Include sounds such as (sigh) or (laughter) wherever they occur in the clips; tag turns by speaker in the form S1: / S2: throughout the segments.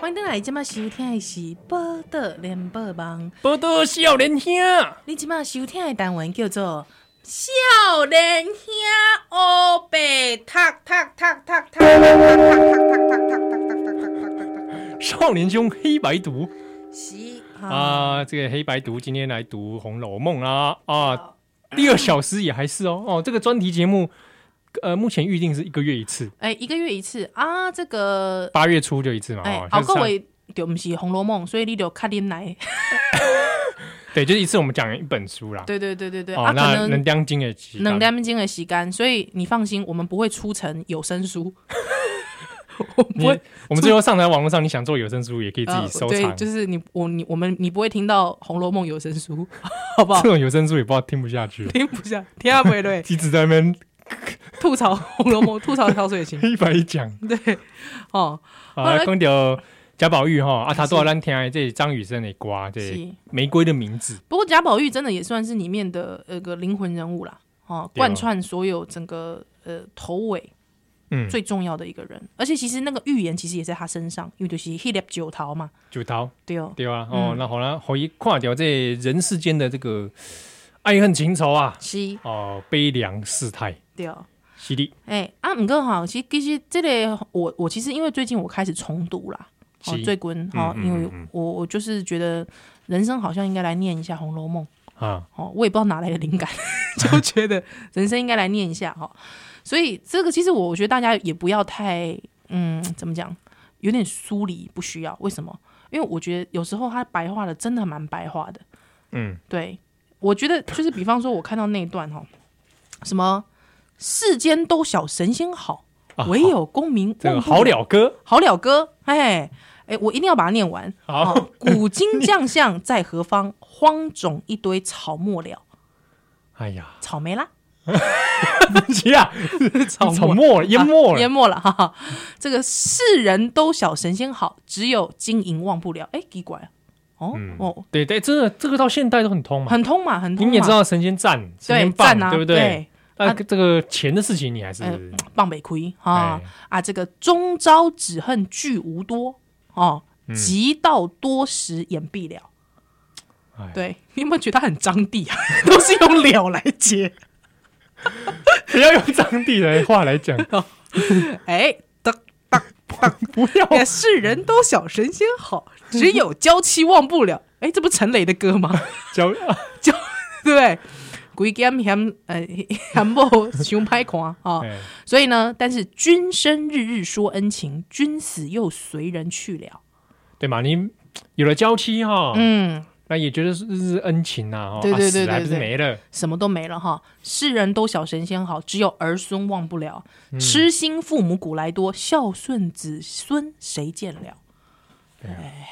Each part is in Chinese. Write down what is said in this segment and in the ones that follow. S1: 欢迎回来，即马收听的是《报道联播网》，
S2: 报道少年兄，
S1: 你即马收听的单元叫做“少年兄乌白读读读读读
S2: 少年兄黑白读
S1: 是啊，
S2: 啊，这个黑白读今天来读《红楼梦》啦啊，第二小时也还是哦哦，这个专题节目，呃，目前预定是一个月一次，
S1: 哎，一个月一次啊，这个
S2: 八月初就一次嘛，
S1: 哎
S2: 哦，，
S1: 哦，
S2: 就是
S1: 各
S2: 上
S1: 位就毋是《红楼梦》，所以你就较恁来，
S2: 对，就是一次我们讲一本书啦，
S1: 对对对对对，
S2: 哦
S1: 啊，，可
S2: 那能
S1: 能
S2: 当经的期
S1: 两点钟的时间，所以你放心，我们不会出成有声书，
S2: 你我们最后上传网络上，你想做有声书也可以自己收
S1: 啊对，
S2: 藏，
S1: 就是你我你我们你不会听到《红楼梦》有声书， (laughs) 好不好
S2: (laughs) 这？种有声书也不知道听不下去了，
S1: 听不下，听不下对，
S2: 一直在那边
S1: 吐槽《红楼梦》，吐槽潮水
S2: (laughs)
S1: 情。
S2: 黑白讲。
S1: 对，哦，后
S2: 啊，
S1: 来
S2: 讲到贾宝玉吼，啊，他
S1: 是
S2: 都要咱听的这是张雨生的歌，这是
S1: 是。
S2: 玫瑰的名字，
S1: 不过贾宝玉真的也算是里面的呃个灵魂人物啦，哦，
S2: 对啊
S1: 贯穿所有整个呃头尾
S2: 嗯，
S1: 最重要的一个人。而且其实那个预言其实也在他身上，因为就是黑粒九桃嘛，
S2: 九桃
S1: 对哦，
S2: 对啊，哦，
S1: 嗯
S2: 那好啦，好一跨掉这人世间的这个爱恨情仇啊，
S1: 是，
S2: 哦，悲凉世态，
S1: 对哦。
S2: 犀利，
S1: 哎、啊，唔过哈，其实其实这个我我其实因为最近我开始重读啦，哦，
S2: 是
S1: 最近哈，
S2: 嗯嗯
S1: 因为
S2: 嗯嗯
S1: 我我就是觉得人生好像应该来念一下《红楼梦》
S2: 啊，
S1: 哦，我也不知道哪来的灵感， (laughs) 就觉得人生应该来念一下哈、哦。所以这个其实我我觉得大家也不要太嗯，怎么讲，有点疏离，不需要。为什么？因为我觉得有时候他白话的真的蛮白话的，
S2: 嗯，
S1: 对，我觉得就是比方说，我看到那一段哈，什么世间都晓神仙好，
S2: 啊
S1: 唯
S2: 好
S1: 有功名
S2: 这个
S1: 忘不
S2: 好了歌，
S1: 好了歌，哎哎，我一定要把它念
S2: (laughs)
S1: 完。
S2: 好
S1: 哦古今将相在何方？荒冢一堆草没了，
S2: 哎呀， (laughs)
S1: 草没啦，
S2: 不是
S1: (laughs)
S2: 啊，
S1: 草
S2: 草没了，淹没
S1: 淹
S2: 了，
S1: 没了，哈哈。这个世人都晓神仙好，只有金银忘不了。哎，奇怪啊哦、哦，
S2: 对对，这个这个到现代都很通嘛，
S1: 很通嘛，很
S2: 嗯你
S1: 通嘛。
S2: 们也知道神仙赞，神
S1: 对
S2: 仙
S1: 赞
S2: 棒，
S1: 啊，
S2: 对不对？？那这个钱的事情你还是
S1: 嗯棒北魁啊
S2: 哎
S1: 啊，这个终朝只恨剧无多哦，
S2: 嗯
S1: 急到多时眼必了。
S2: 哎
S1: 对 (laughs) 你有没有觉得他很张帝啊？ (laughs) 都是用了来接，
S2: (laughs) 不要用张帝的话来讲，
S1: (laughs)
S2: (laughs)
S1: 哎。得
S2: 不要
S1: 也世人都晓神仙好，只有娇妻忘不了。哎，这不陈雷的歌吗？
S2: 教
S1: 哦 (laughs) 对不对？鬼剑嫌呃 (laughs) 嫌某熊拍看啊、哦
S2: (laughs) 哎
S1: 所以呢，但是君生日日说恩情，君死又随人去了。
S2: 对嘛？你有了娇妻哈，
S1: 嗯，
S2: 那也觉得是是恩情呐，哈，
S1: 对对
S2: 啊
S1: 对
S2: 死了还
S1: 对
S2: 不
S1: 对
S2: 是没了，
S1: 什么都没了哈。世人都晓神仙好，只有儿孙忘不了。
S2: 嗯
S1: 痴心父母古来多，孝顺子孙谁见了？
S2: 对啊
S1: 哎，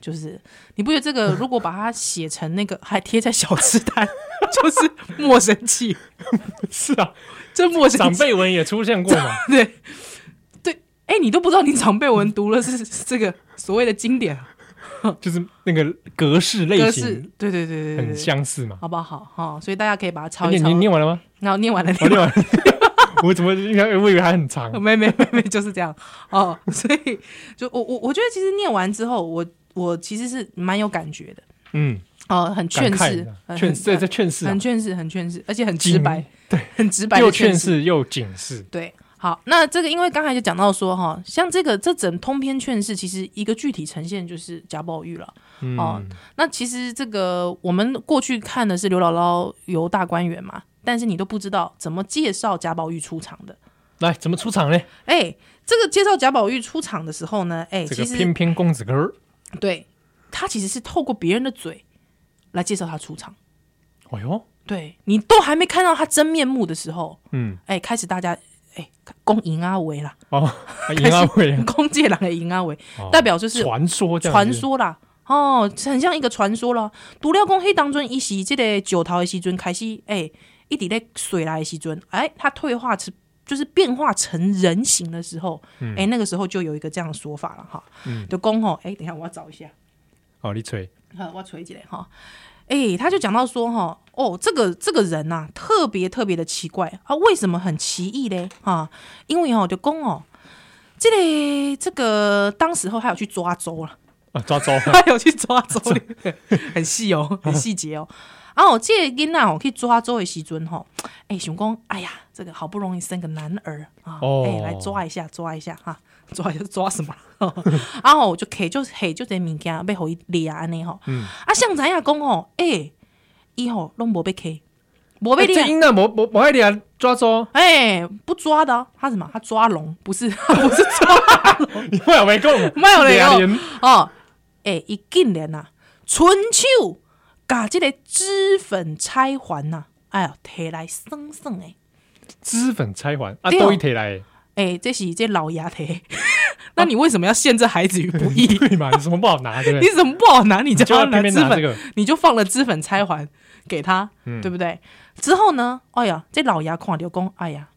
S1: 就是你不觉得这
S2: (laughs)
S1: 个如果把它写成那个，还贴在小吃摊， (laughs) 就是莫生气，
S2: 是啊，
S1: 真莫生
S2: 长
S1: 气。
S2: 辈文也出现过嘛，
S1: (laughs) 对对，哎，你都不知道你长辈文读了是是这个所谓的经典啊
S2: 就是那个格式类
S1: 格式
S2: 型，
S1: 对对对对对
S2: 很
S1: 对。
S2: 相似嘛。
S1: 好不好？哈、所以大家可以把它
S2: 啊
S1: 抄
S2: 你
S1: 一抄
S2: 你。念完了吗？
S1: 然 (laughs) 后念完了，嗯
S2: 我念完了， (laughs) 我怎么应该我以为还很长
S1: (laughs) 没没没没，就是这样哦。所以就我我我觉得其实念完之后，我我其实是蛮有感觉的
S2: 嗯，
S1: 哦，很
S2: 感
S1: 劝
S2: 慨
S1: 世
S2: 啊，
S1: 很
S2: 劝
S1: 很
S2: 对这劝世啊
S1: 很，劝世，很劝世，而且很
S2: 警
S1: 直白，对，很直白
S2: 又
S1: 的
S2: 劝
S1: 世。
S2: 世又警示，
S1: 对，好，那这个因为刚才就讲到说哈，像这个这整通篇劝世，其实一个具体呈现就是贾宝玉了。哦
S2: 嗯，
S1: 那其实这个我们过去看的是刘姥姥游大观园嘛，但是你都不知道怎么介绍贾宝玉出场的。
S2: 来怎么出场呢？
S1: 哎、这个介绍贾宝玉出场的时候呢，哎、
S2: 这
S1: 其
S2: 个
S1: 实
S2: 翩翩公子哥儿
S1: 对他其实是透过别人的嘴来介绍他出场。
S2: 哎呦，
S1: 对你都还没看到他真面目的时候，
S2: 嗯，
S1: 哎，开始大家哎攻迎阿维啦， (laughs)
S2: 哦，银阿伟
S1: 攻借郎的迎阿维，
S2: 哦
S1: 代表就是
S2: 传说这样子
S1: 传说啦。哦，很像一个传说啦。除了讲迄当中伊是这个九头的时阵开始，哎，一直咧水来的时阵，哎，他退化成就是变化成人形的时候，
S2: 嗯
S1: 哎、那个时候就有一个这样的说法了哈。就讲吼，哎，等一下我要找一下。 (laughs)
S2: 哦，你吹
S1: 好，我捶起来哈。哎、他就讲到说哈，哦，这个这个人呐、特别特别的奇怪啊，为什么很奇异嘞？啊，因为哦，就公哦，这个这个当时候还有去抓周了。
S2: 啊，抓周 (laughs)
S1: 他有去抓周里，很细哦，很细节哦。啊，我记得囡仔哦，去抓周的时阵吼，哎、想讲，哎呀，这个好不容易生个男儿啊，哎、
S2: 哦
S1: 来抓一下，抓一下哈、抓一下抓什么？ (laughs) 啊，吼，我就摕就摕就这物件被互伊掠安尼吼。
S2: 嗯
S1: 啊，像咱也讲吼，哎、伊吼拢无被摕，无被
S2: 欸这
S1: 掠。
S2: 应该没没没爱俩啊抓周，
S1: 哎、不抓的、啊，他什么？他抓龙，不是， (laughs) 他不是
S2: 你没有没讲，
S1: 没有嘞
S2: 抓人
S1: 哦，哦，诶、伊竟然呐，纯手把即个脂粉钗环呐、哎呦，摕来算算诶，
S2: 脂粉拆环啊，
S1: 对哦
S2: 都一提来，
S1: (laughs) 诶、哎这是这老牙摕。 (laughs) 那你为什么要陷这孩子于不义？
S2: 对嘛？有什么不好拿， (laughs) 对不
S1: 你
S2: 对？
S1: 怎么不好拿？你
S2: 就
S1: 叫
S2: 要
S1: 他拿
S2: 偏偏
S1: 脂
S2: 拿
S1: 粉，
S2: 这个，
S1: 你就放了脂粉钗环给他，
S2: 嗯
S1: 对不对？之后呢，哎呀，这老牙看着讲，哎呀，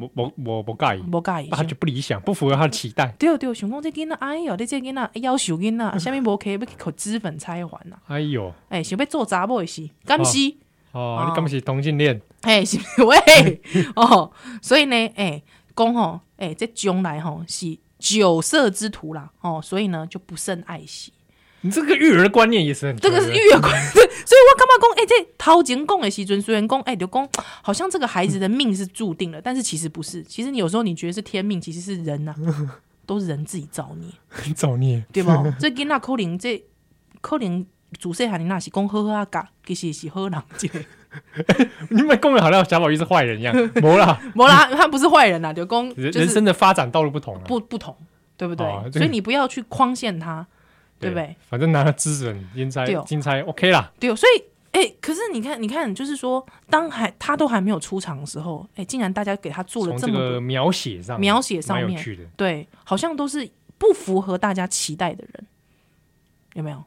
S2: 我我我不介意，
S1: 无介意。
S2: 他就不理想，不符合他的期待。
S1: (laughs) 对对，想讲这囡仔，哎哟，你这囡仔要求囡仔，下面无可以要去扣脂粉钗环呐、啊，
S2: 哎呦，
S1: 哎、想要做查某的是，敢是？
S2: 哦，
S1: 哦
S2: 你根本是同性恋，
S1: 哎、是不是喂？哦，所以呢，哎、讲吼，哎、这将来吼是酒色之徒啦，哦，所以呢就不胜爱惜。
S2: 你这个育儿的观念也是很
S1: 这个是
S2: 对不啊对
S1: 育儿观， (laughs) 所以我干嘛讲？哎、这掏钱供的时尊虽然讲，哎、就讲好像这个孩子的命是注定了，但是其实不是。其实你有时候你觉得是天命，其实是
S2: (laughs)
S1: 人呐、都是人自己造孽，
S2: 很造孽，
S1: 对不？这囡仔可能这可能主细汉你那是讲好好啊教，其实是好人 (laughs) 一个。
S2: 你们公人好像贾宝玉是坏人一样，
S1: (laughs)
S2: 没啦，
S1: 无啦，他不是坏人啦，啊就讲
S2: 人
S1: 就
S2: 人
S1: 是
S2: 生的发展道路不同啊，
S1: 不不同，对不对？
S2: 哦这个
S1: 所以你不要去框限它，对不对？？
S2: 反正拿了资本金钗
S1: 对哦
S2: 金钗 OK 啦，
S1: 对哦，所以哎、可是你看，你看，就是说，当还他都还没有出场的时候，哎、竟然大家给他做了
S2: 从
S1: 这
S2: 这
S1: 么多，
S2: 个描写上
S1: 描写上
S2: 蛮有
S1: 面
S2: 趣的，
S1: 对，好像都是不符合大家期待的人，有没有？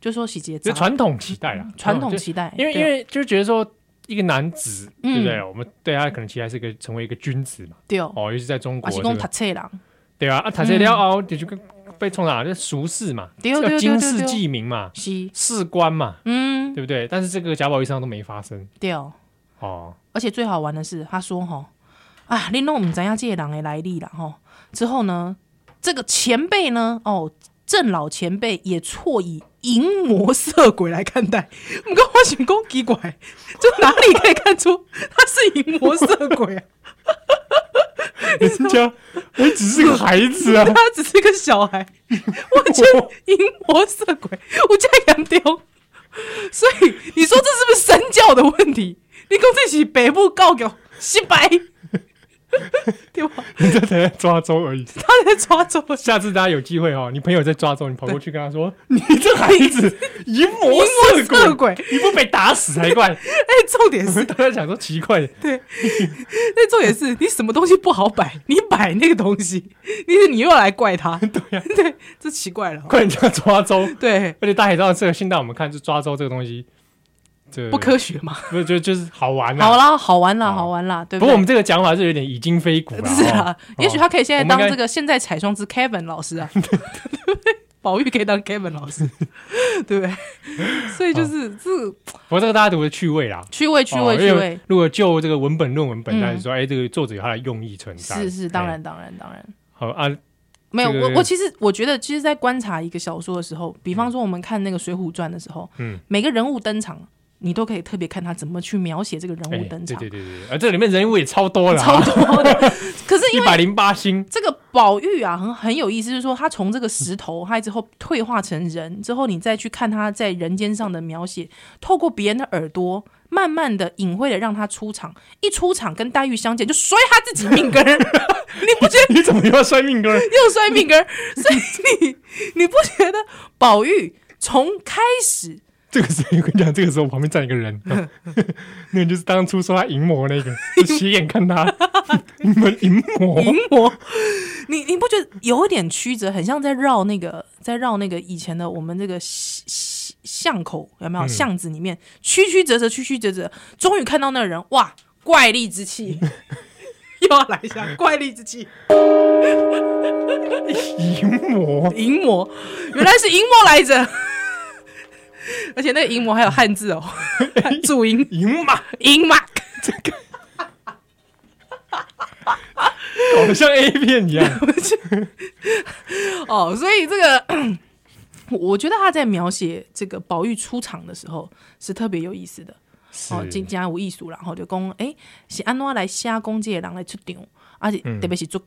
S1: 就说喜结
S2: 这
S1: 杂
S2: 传统期待啦，
S1: 传
S2: 嗯
S1: 统
S2: 就
S1: 期待，
S2: 因为
S1: 对
S2: 因
S1: 哦
S2: 为就是觉得说一个男子，
S1: 嗯
S2: 对不对？我们对他可能期待是一个成为一个君子嘛，
S1: 对哦，
S2: 哦，尤其在中国
S1: 阿是嗯
S2: 这
S1: 讲
S2: 个
S1: 读，册人，
S2: 对啊，啊，塔切廖奥就就跟被冲哪，就俗世嘛，
S1: 对哦对哦
S2: 这个
S1: 对哦
S2: 经
S1: 对哦
S2: 世
S1: 对哦
S2: 济民嘛，
S1: 是
S2: 士官嘛，
S1: 嗯
S2: 对不对？但是这个贾宝玉身上都没发生
S1: 对哦， (laughs)
S2: 哦，
S1: 而且最好玩的是，他说吼，啊，你拢唔知影这个人的来历啦吼。之后呢，这个前辈呢，哦，郑老前辈也错以淫魔色鬼来看待。唔过我想讲奇怪，就哪里可以看出他是淫魔色鬼啊？
S2: (laughs) 人家我哎只是个孩子啊， (laughs)
S1: 他只是个小孩，我觉得淫魔色鬼，我家养丢。所以你说这是不是神教的问题？你讲这是北部告狗失败，对吧？
S2: 人家才在抓周而已。
S1: 他在抓周了
S2: (laughs) 下次大家有机会哦，你朋友在抓周，你跑过去跟他说：“你这孩
S1: (laughs)
S2: 子淫魔
S1: 淫魔
S2: 色
S1: 色
S2: 鬼
S1: 鬼，
S2: 你不被打死才怪。
S1: (laughs) 哎、重点”是，
S2: (laughs) 大家想说奇怪，
S1: (laughs) 那重点是你什么东西不好摆，你摆那个东西，你你又来怪
S2: (laughs)
S1: 他，对呀、 (laughs) 对，这奇怪了。
S2: 怪人家啊抓周，
S1: 对，
S2: 而且大家也知道，这个现在我们看，就抓周这个东西，这
S1: 不科学嘛。
S2: (laughs) 不是就就是好玩啊。
S1: 好啦，好玩啦，
S2: 好
S1: 好玩啦，对
S2: 不
S1: 不对？
S2: 过我们这个讲法是有点已经非古了。
S1: 不是
S2: 哦
S1: 啊，也许他可以现在
S2: 我
S1: 当
S2: 们应该
S1: 这个现在彩妆之 Kevin 老
S2: (laughs)
S1: 师啊，对不对？宝玉可以当 Kevin 老师， (laughs) 对不对？所以就是这
S2: 不过这个大家读的趣味啦，
S1: 趣味，趣
S2: 哦
S1: 味，趣
S2: 因为
S1: 味，
S2: 如果就这个文本论文
S1: 嗯
S2: 本来说，哎，这个作者有他的用意存在。
S1: 是是，当
S2: 哎。
S1: 然，当然，当然。
S2: 好啊，
S1: 没有，
S2: 这个
S1: 我我其实我觉得，其实，在观察一个小说的时候，比方说我们看那个《水浒传》的时候，
S2: 嗯，
S1: 每个人物登场，你都可以特别看他怎么去描写这个
S2: 哎
S1: 人物
S2: 对
S1: 登
S2: 对
S1: 场，
S2: 对对对，啊，这里面人物也超多了啊，
S1: (laughs) 超多的。可是
S2: 一
S1: 因为
S2: 百零八星， (laughs)
S1: 这个宝玉啊，很很有意思，就是说他从这个石头，他之后退化成人之后，你再去看他在人间上的描写，透过别人的耳朵，慢慢的、隐晦的让他出场，一出场跟黛玉相见，就摔他自己命根儿， (laughs) 你不觉得？
S2: 你怎么又要摔命根儿？
S1: 又摔命根儿，所以你你不觉得宝玉从开始
S2: (laughs) 这个时候，我跟你讲，这个时候我旁边站一
S1: (laughs)
S2: 个人，那个就是当初说他淫魔那个，就斜眼看他， (laughs) 你们淫
S1: (laughs)
S2: 魔，
S1: 淫魔，你你不觉得有一点曲折，很像在绕那个在绕那个以前的我们这个巷巷巷口有没有、巷子里面曲曲折折曲曲折折，终于看到那个人，哇，怪力之气。又要来一下怪力之气，
S2: (laughs) 淫魔，
S1: 淫魔，原来是淫魔来着， (laughs) 而且那个淫魔还有汉字哦，注音
S2: 淫马，
S1: 淫嘛，
S2: 搞得像 A 片一
S1: (laughs)
S2: 样。
S1: 哦，所以这个 (coughs) 我我觉得他在描写这个宝玉出场的时候是特别有意思的。哦，真正有意思啦，然后就讲，诶、是安怎来写讲这个人来出场，而且
S2: 嗯
S1: 特别是主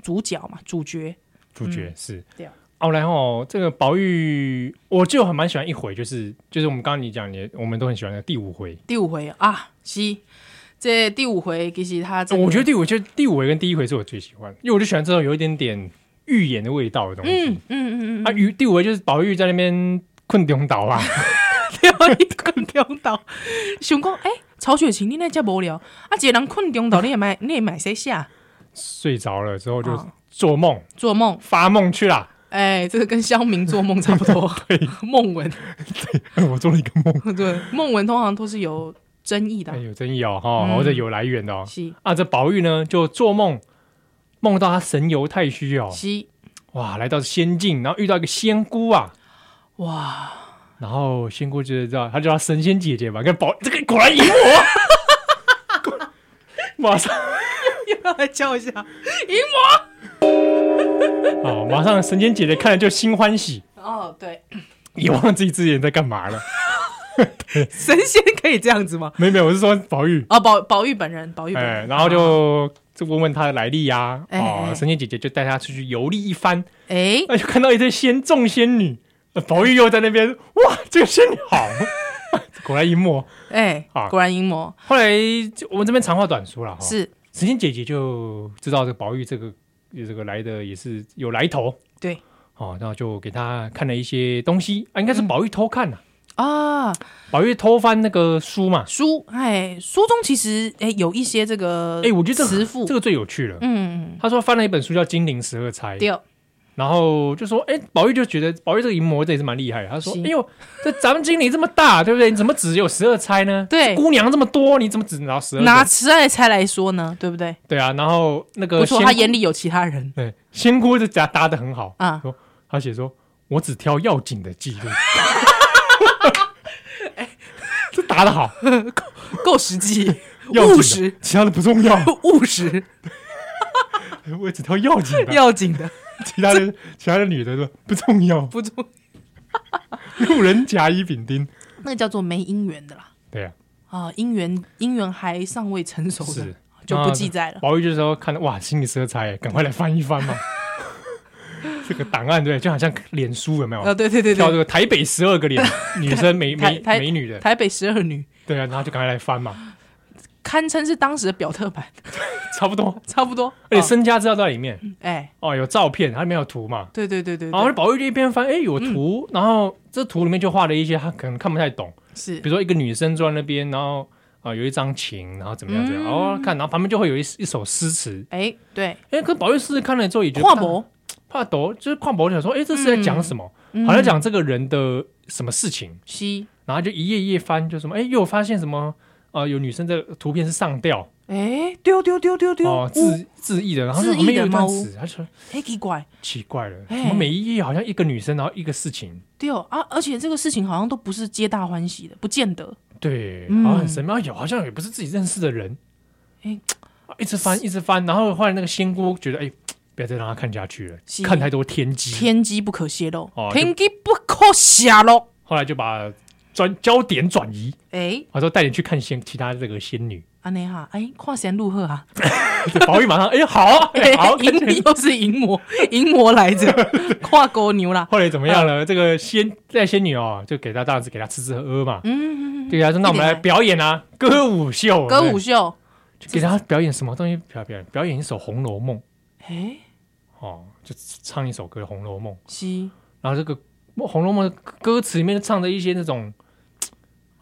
S1: 主角嘛，主角，
S2: 主角是
S1: 对啊。
S2: 哦，然后这个宝玉，我就很蛮喜欢一回，就是就是我们刚刚你讲，你我们都很喜欢的第五回。
S1: 第五回啊，是这第五回，其实他、这个
S2: 哦我觉得第五，就第五回跟第一回是我最喜欢，因为我就喜欢这种有一点点预言的味道的东西。
S1: 嗯嗯嗯嗯， (laughs)
S2: 啊，与第五回就是宝玉在那边困中岛啊， (laughs)
S1: 聊一困中岛，想讲，诶、曹雪芹你那遮无聊，啊，一个人困中岛，你也买，你也买谁下
S2: 睡着了之后就
S1: 哦
S2: 做梦、
S1: 做梦？
S2: 发梦去
S1: (laughs)
S2: 啦。
S1: 哎、这个跟乡民做梦差不
S2: (laughs)
S1: 多。梦文，
S2: 我做了一个梦，
S1: 对，梦文通常都是有争议的
S2: 哎，。有争议哦，哈、
S1: 嗯
S2: 或者有来源的哦。
S1: 西
S2: 啊，这宝玉呢就做梦，梦到他神游太虚哦，
S1: 西，
S2: 哇，来到仙境，然后遇到一个仙姑啊，
S1: 哇，
S2: 然后仙姑就知道，她叫她神仙姐姐吧，跟宝这个果然赢我，马上
S1: 要不要来教一下？
S2: 啊，马上神仙姐姐看了就心欢喜，
S1: 哦，对，
S2: 也忘了自己之前在干嘛了。
S1: 神仙可以这样子吗？
S2: 没有没有，我是说宝玉，
S1: 哦，宝宝玉本人，宝玉本
S2: 哎，
S1: 人，
S2: 然后就就问问他的来历呀、
S1: 哎
S2: 哦
S1: 哎，
S2: 神仙姐姐就带他出去游历一番，
S1: 哎，
S2: 那就看到一对仙众仙女，呃宝玉又在那边，哇，这个仙女好， (laughs) 果然一默。
S1: 哎
S2: 啊，
S1: 果然淫魔
S2: 后来就我们这边长话短说了哈，
S1: 是
S2: 神仙姐姐就知道这个宝玉这个这个来的也是有来头，
S1: 对
S2: 哦，然后就给他看了一些东西啊，应
S1: 嗯
S2: 该是宝玉偷看呐、
S1: 啊，
S2: 宝玉偷翻那个书嘛，
S1: 书，哎，书中其实哎有一些这个，
S2: 哎，我觉得这
S1: 慈
S2: 个
S1: 父
S2: 这，个最有趣了。
S1: 嗯，
S2: 他说翻了一本书叫《金陵十二钗》，
S1: 对，
S2: 然后就说：“哎、宝玉就觉得宝玉这个淫魔这也是蛮厉害的。”他说：“
S1: 是
S2: 哎呦，这咱们经理这么大，对不对？你怎么只有十二钗呢？
S1: 对
S2: 姑娘这么多，你怎么只拿十二？
S1: 拿慈爱猜来说呢，对不对？
S2: 对啊。然后那个
S1: 不错，
S2: 仙
S1: 他
S2: 姑
S1: 眼里有其他人
S2: 对仙姑这家搭的很好， (laughs)
S1: 啊，
S2: 他写说：我只挑要紧的记录。
S1: (laughs) 哎
S2: (laughs) 这答的好，
S1: 够实际，
S2: (laughs) 要紧的
S1: 务实， (laughs)
S2: 其他的不重要，
S1: 务实，
S2: 我只挑要紧的，
S1: (laughs) 要紧的，
S2: 其他的其他的女的都不重要，
S1: 不错，
S2: 路人甲乙丙丁。
S1: 那个叫做没姻缘的啦。
S2: 对啊，
S1: 啊，姻缘姻缘还尚未成熟的
S2: 是
S1: 就不记载了。
S2: 宝玉这时候看到哇，心里色彩，赶快来翻一翻嘛。 (laughs) 这个档案对，就好像脸书有没有？
S1: 啊，对对对
S2: 挑这
S1: 对，
S2: 个台北十二个脸女生美
S1: 台
S2: 美
S1: 台
S2: 美女的，
S1: 台北十二女
S2: 对啊，然后就赶快来翻嘛，
S1: 堪称是当时的表特版，
S2: 差不多。
S1: 差不多。
S2: 而且
S1: 啊
S2: 身家资料在里面
S1: 哎，
S2: 哦，有照片，它里面有图嘛。
S1: 对对对嗯对，
S2: 然后
S1: 对
S2: 宝玉就一边翻，哎，有图，然后这图里面就画了一些他可能看不太懂，
S1: 是
S2: 比如说一个女生坐在那边，然后啊有一张琴，然后怎么样怎
S1: 嗯
S2: 么样，哦看，然后旁边就会有一一首诗词，
S1: 哎，对，
S2: 哎，可宝玉试试看了之后也觉得
S1: 跨博
S2: 怕抖，就是跨博想说，哎、这是在讲什么？
S1: 嗯
S2: 好像讲这个人的什么事情，
S1: 西，
S2: 然后就一页一页翻，就什么，哎、又发现什么。呃，有女生的图片是上吊
S1: 哎，丢丢丢丢丢，
S2: 哦，
S1: 呜
S2: 自自缢的，然后
S1: 自缢的
S2: 旁边有一段
S1: 猫
S2: 纸，他说
S1: 哎奇怪，
S2: 奇怪了，
S1: 哎
S2: 怎么每一页好像一个女生，然后一个事情，
S1: 丢啊！而且这个事情好像都不是皆大欢喜的，不见得。
S2: 对，
S1: 嗯
S2: 好像很神秘，有好像也不是自己认识的人，
S1: 哎
S2: 啊一直翻一直翻，然后后来那个仙姑觉得，哎，不要再让他看下去了
S1: 是，
S2: 看太多天机，
S1: 天机不可泄露
S2: 哦，就
S1: 天机不可泄露。
S2: 后来就把转焦点转移，
S1: 哎，
S2: 我说带你去看仙其他这个
S1: (laughs)
S2: 仙女，
S1: 安内哈，哎，跨贤入赫啊，
S2: 宝玉马上哎、好啊，哎
S1: (laughs)
S2: 好看起来
S1: 淫又是淫魔，淫魔来着，跨国牛啦。
S2: (laughs) 后来怎么样
S1: 嗯
S2: 了？这个仙在仙女哦，就给她当然是给她吃吃喝喝嘛，
S1: 嗯，
S2: 就给她说那我们来表演啊，歌舞秀，
S1: 歌舞
S2: 对
S1: 秀，
S2: 就给她表演什么东西？表表演表演一首《红楼梦》
S1: 哎，
S2: 哦，就唱一首歌《红楼梦》，
S1: 西，
S2: 然后这个《红楼梦》的歌词里面唱着一些那种。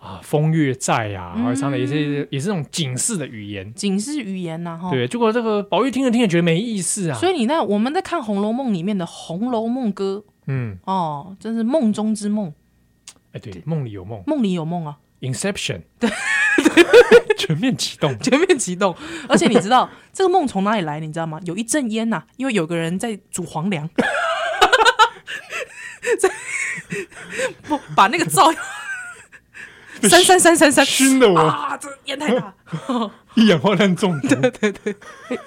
S2: 啊，风月债啊，
S1: 嗯
S2: 还唱的也是、也是那种警示的语言，
S1: 警示语言呐、哈。
S2: 对。结果这个宝玉听着听着觉得没意思啊，
S1: 哦所以你那我们在看《红楼梦》里面的《红楼梦歌》
S2: 嗯，
S1: 哦，真是梦中之梦，
S2: 哎，对，梦里有梦
S1: 梦里有梦啊， (laughs)
S2: ，Inception，对，全面启动，
S1: 全面启动。而且你知道这个梦从哪里来？你知道吗？有一阵烟呐、因为有个人在煮黄粱， (laughs) 在 (laughs) 不把那个灶 (laughs) 三三三三三，
S2: 熏得我
S1: 啊，这烟太 (laughs) 大，
S2: 一氧化碳中毒。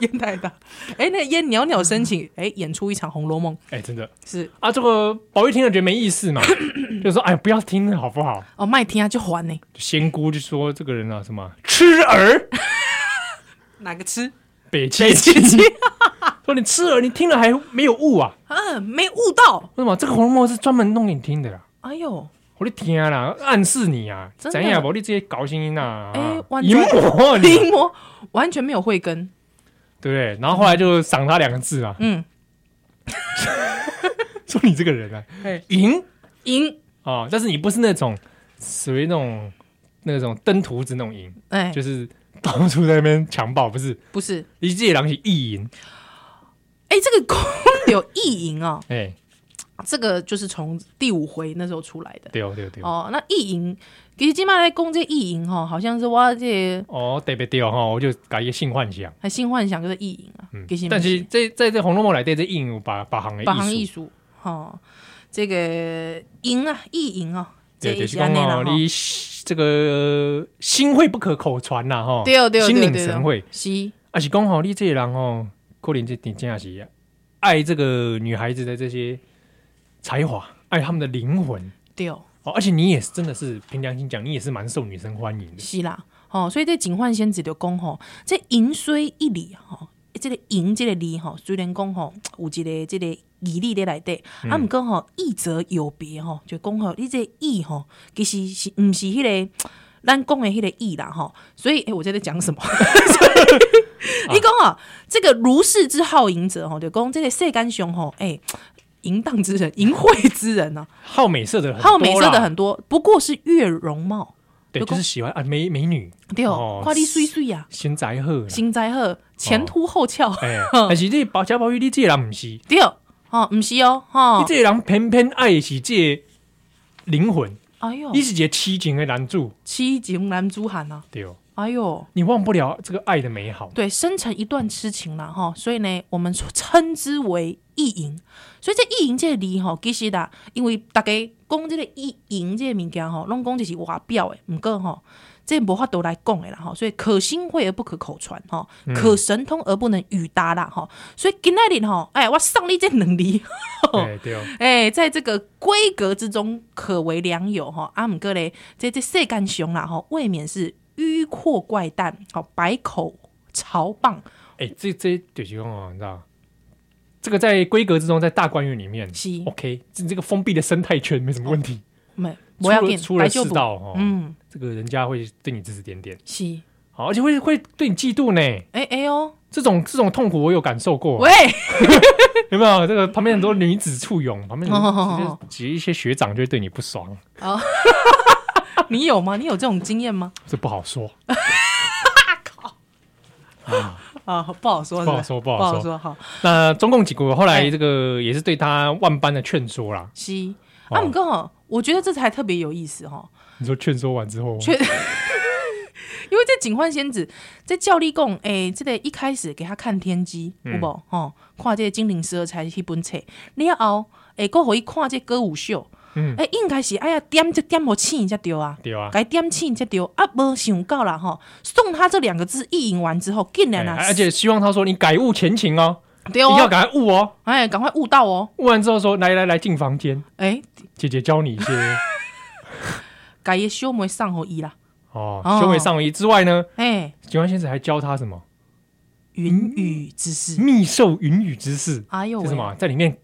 S1: 烟太大。哎，那烟袅袅升起，哎，演出一场《红楼梦》
S2: 哎、真的
S1: 是
S2: 啊，这个宝玉听了觉得没意思
S1: (laughs)
S2: 嘛，就说哎，不要听了好不好？
S1: 哦，麦田啊就还呢，
S2: 仙姑就说这个人啊，什么痴
S1: (laughs)
S2: 儿，
S1: 哪个吃？
S2: 北七七， (laughs) 说你痴儿，你听了还没有悟啊？
S1: 啊，没悟到。
S2: 为什么这个《红楼梦》是专门弄给你听的啦？
S1: 哎呦，
S2: 我的天啦，暗示你啊，
S1: 真的
S2: 怎样？我你这些搞心音呐，
S1: 哎
S2: 啊，
S1: 完全
S2: 淫魔你，
S1: 临摹完全没有慧根。
S2: 对不对？然后后来就赏他两个字啊， (laughs)
S1: 嗯，
S2: 说你这个人啊，
S1: 哎，
S2: 淫
S1: 赢，
S2: 啊，但是你不是那种属于那种那种登徒子那种淫，
S1: 哎，
S2: 就是到处在那边强暴，不是？
S1: 不是，
S2: 一介狼是意淫，
S1: 哎，这个公 (laughs) 柳意淫啊，
S2: 哎、
S1: 这个就是从第五回那时候出来的。
S2: 对哦对哦对哦，
S1: 哦，那意淫，其实今麦来攻这意淫哈，好像是我这
S2: 哦对别对哦，我就改一个性幻想，
S1: 还新幻想就是意淫啊，
S2: 嗯
S1: 其实，
S2: 但
S1: 不
S2: 是这在这《红楼梦》来对这意淫有把把行的
S1: 八行艺
S2: 艺术，
S1: 术哦，这个淫啊，意淫啊，这
S2: 对对，
S1: 一
S2: 就是
S1: 些
S2: 讲
S1: 内
S2: 哦
S1: 容，
S2: 你这个心会不可口传呐哈，
S1: 对哦对哦
S2: 心
S1: 对哦
S2: 领
S1: 对
S2: 神
S1: 哦，
S2: 会，
S1: 是，
S2: 啊是讲好你这个人哦，可能这点真的是爱这个女孩子的这些才华，爱她们的灵魂。
S1: 对哦，
S2: 哦，而且你也是真的是凭良心讲，你也是蛮受女生欢迎的。
S1: 是啦，哦，所以这警幻仙子就讲吼，这淫虽一理吼，这个淫这个理吼，虽然讲吼有一个这个义理在内底，
S2: 嗯
S1: 啊，毋过吼义则有别吼，就讲吼你这个义吼，其实是毋是迄、个。咱讲的迄个义啦吼，所以诶、欸我在在讲什么？ (laughs) 所以你讲啊，这个如是之好淫者吼，就讲这个世间上吼，诶、淫荡之
S2: (laughs)
S1: 人、淫秽之人啊，
S2: 好美色的很多啦，
S1: 好美色的很多，不过是月容貌，
S2: 对，
S1: 有
S2: 就
S1: 讲
S2: 是喜欢啊美美女，
S1: 对
S2: 哦
S1: 哦，看你水水呀、
S2: 贤宅赫啦，
S1: 新灾后前凸后翘，
S2: 哎，但是你宝贾宝玉，你这个人不是，你
S1: (laughs) 对哦，唔是哦，哈、
S2: 这个人偏偏爱的是这个灵魂，
S1: 哎呦
S2: 你，是一个痴情的男主，
S1: 七情男子汉啊，
S2: 对哦，
S1: 哎呦，
S2: 你忘不了这个爱的
S1: (laughs)
S2: 美好。
S1: 对，生成一段痴情啦，哈，所以呢，我们称之为意淫。所以这意淫这个字吼，其实啦，因为大家讲这个意淫这个物件吼，拢讲就是外表的，毋过吼，这无法度来讲的啦，吼，所以可心会而不可口传，吼，
S2: 嗯
S1: 可神通而不能语达啦，吼，所以今仔日吼，哎，我送你这能力。
S2: 哎，对哦，
S1: 哎、在这个规格之中可为良友啊哈。阿姆哥嘞，这这世干熊啦哈，未免是迂阔怪诞，好百口嘲谤，
S2: 哎，这这就是讲哦，你知道，这个在规格之中，在大观园里面
S1: 是
S2: ，OK，这这个封闭的生态圈没什么问题。
S1: 没
S2: 出
S1: 嗯不要
S2: 了
S1: 紧，
S2: 出
S1: 来
S2: 了
S1: 就
S2: 世
S1: 补。
S2: 道哦，
S1: 嗯，
S2: 这个人家会对你指指点点，
S1: 是，
S2: 好，而且会会对你嫉妒呢。
S1: 哎、哎呦，
S2: 这种这种痛苦我有感受过，
S1: 喂，
S2: 有没有？这个旁边很多女子簇拥，旁边
S1: 哦哦哦
S2: 有几一些学长就会对你不爽，
S1: 啊你有吗？你有这种经验吗？
S2: 这不好说。
S1: 哦啊，不好说，
S2: 不好
S1: 是
S2: 说不
S1: 不
S2: 好
S1: 好
S2: 说
S1: 说，好，
S2: 那中共几国后来
S1: 哎
S2: 这个也是对他万般的劝说啦。
S1: 是。
S2: 哦
S1: 阿姆哥哈，啊我觉得这才特别有意思哈。
S2: 你说劝说完之后，
S1: 确，因为这警幻仙子这教力供，诶、这个一开始给他看天机，
S2: 嗯
S1: 有无？吼、看这个精灵十二钗迄本册，了后，诶、欸，过互伊看这歌舞秀，
S2: 嗯
S1: 诶、应该是哎呀点就点互醒才对啊，
S2: 对啊，
S1: 该点醒才对，啊，无想到啦吼，送他这两个字意淫完之后，竟然啊，
S2: 哎而且希望他说你改悟前情哦，
S1: 对
S2: 你要
S1: 哦，
S2: 赶快悟哦。
S1: 哎，赶快悟到哦，欸
S2: 悟完之后说来来来进房间，
S1: 诶、
S2: 姐姐教你
S1: (laughs)
S2: 一些
S1: 该伊小妹送互伊啦，
S2: 哦
S1: 哦
S2: 修为上仪之外呢，
S1: 诶、
S2: 景观先生还教他什么
S1: 云雨之事，
S2: 密授云雨之事，
S1: 哎呦
S2: 嗯是什
S1: 喂，
S2: 么？在里面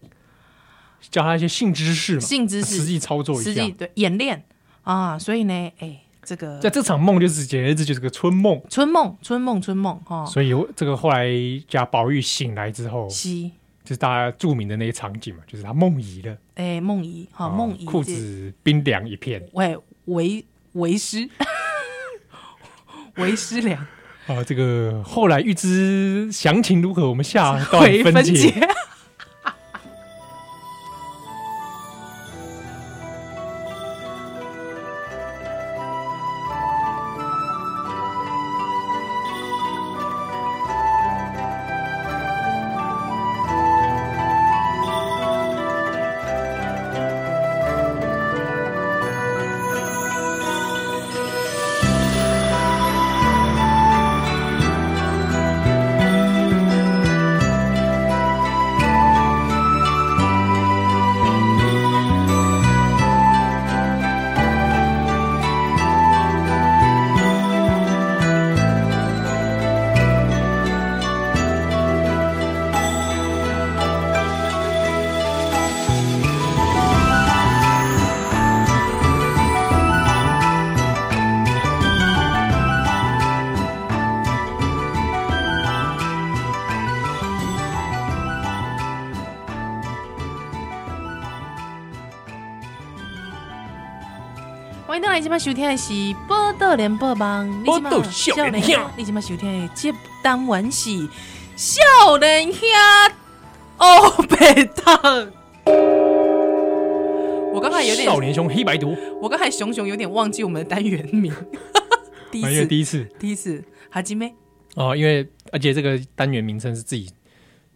S2: 教他一些性知识嘛，
S1: 性之
S2: 啊实
S1: 事，
S2: 际操作一
S1: 实
S2: 下
S1: 际。对演练啊，所以呢，哎、这个
S2: 在这场梦就是简而言之就是个春梦，
S1: 春梦，春梦，春梦，哈、哦，
S2: 所以这个后来贾宝玉醒来之后，
S1: 西，
S2: 就是大家著名的那些场景嘛，就是他梦遗了，
S1: 哎、梦怡，哈、
S2: 啊
S1: 梦怡，
S2: 裤，子冰凉一片
S1: 喂，为为师， (laughs) 为师良，
S2: 啊。这个后来预知详情如何，我们下
S1: (laughs)
S2: 段
S1: 为
S2: 分
S1: 分
S2: 解。
S1: 解。
S3: 《
S1: 欢迎大家今晚收听的是《报道联播网》，你现在
S2: 报道少年兄
S1: 你今晚收听的这单元是《少年兄》哦，北当。我刚才有
S2: 少
S1: 点，
S2: 年兄黑白毒，
S1: 我刚才熊熊有点忘记我们的单元名， (laughs) 第一
S2: 因为
S1: 次，
S2: 哎第一次
S1: 第一次，哈基妹，
S2: 哦，因为而且这个单元名称是自己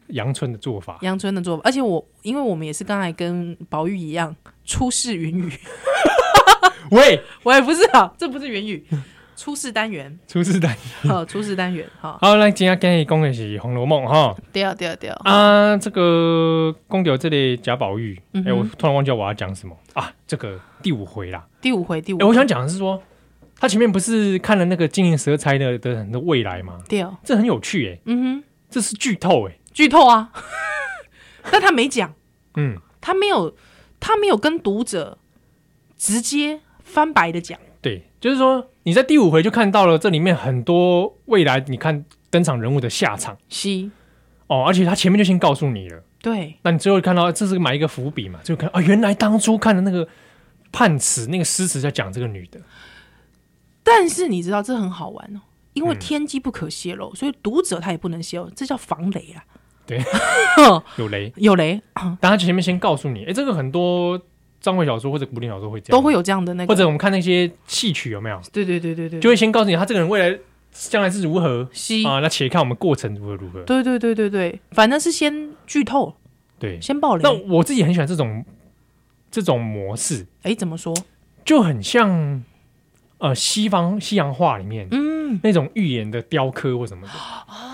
S2: 阳春的做法，
S1: 阳春的做法，而且我因为我们也是刚才跟宝玉一样初试云雨，
S2: 喂，
S1: 我也不是啊，这不是云雨，初试单元，
S2: 出事单。
S1: 好，初试单元，好，
S2: 好，咱今天跟你讲的是《红楼梦》哈
S1: 对啊，对啊，对啊，
S2: 啊，这个公牛这里贾宝玉，哎、
S1: 嗯哼
S2: 我突然忘记我要讲什么啊，这个第五回啦，
S1: 第五回，第五
S2: 哎、
S1: 回，
S2: 我想讲的是说，他前面不是看了那个金银蛇钗的的很多未来吗？
S1: 对啊，
S2: 这很有趣哎、
S1: 嗯哼，
S2: 这是剧透哎、
S1: 剧透啊， (laughs) 但他没讲，
S2: 嗯，
S1: 他没有，他没有跟读者直接翻白的讲，
S2: 对，就是说你在第五回就看到了这里面很多未来你看登场人物的下场
S1: 是，
S2: 哦，而且他前面就先告诉你了，
S1: 对，
S2: 那你最后看到哎这是埋一个伏笔嘛，就看啊，原来当初看的那个判词那个诗词在讲这个女的。
S1: 但是你知道这很好玩哦，因
S2: 嗯
S1: 为天机不可泄露，所以读者他也不能泄露，这叫防雷啊，
S2: 对，有雷。
S1: (laughs) 有雷啊
S2: 但他前面先告诉你，哎，这个很多章回小说或者古典小说会这样，
S1: 都会有这样的那个，
S2: 或者我们看那些戏曲有没有，
S1: 对对对对对，
S2: 就会先告诉你他这个人未来将来是如何
S1: 西，
S2: 啊。那且看我们过程如何如何。
S1: 对对对对对，反正是先剧透，
S2: 对，
S1: 先爆雷
S2: 嗯那。我自己很喜欢这种这种模式，
S1: 哎，怎么说？
S2: 就很像呃西方西洋画里面
S1: 嗯，啊
S2: 那种预言的雕刻或什么的，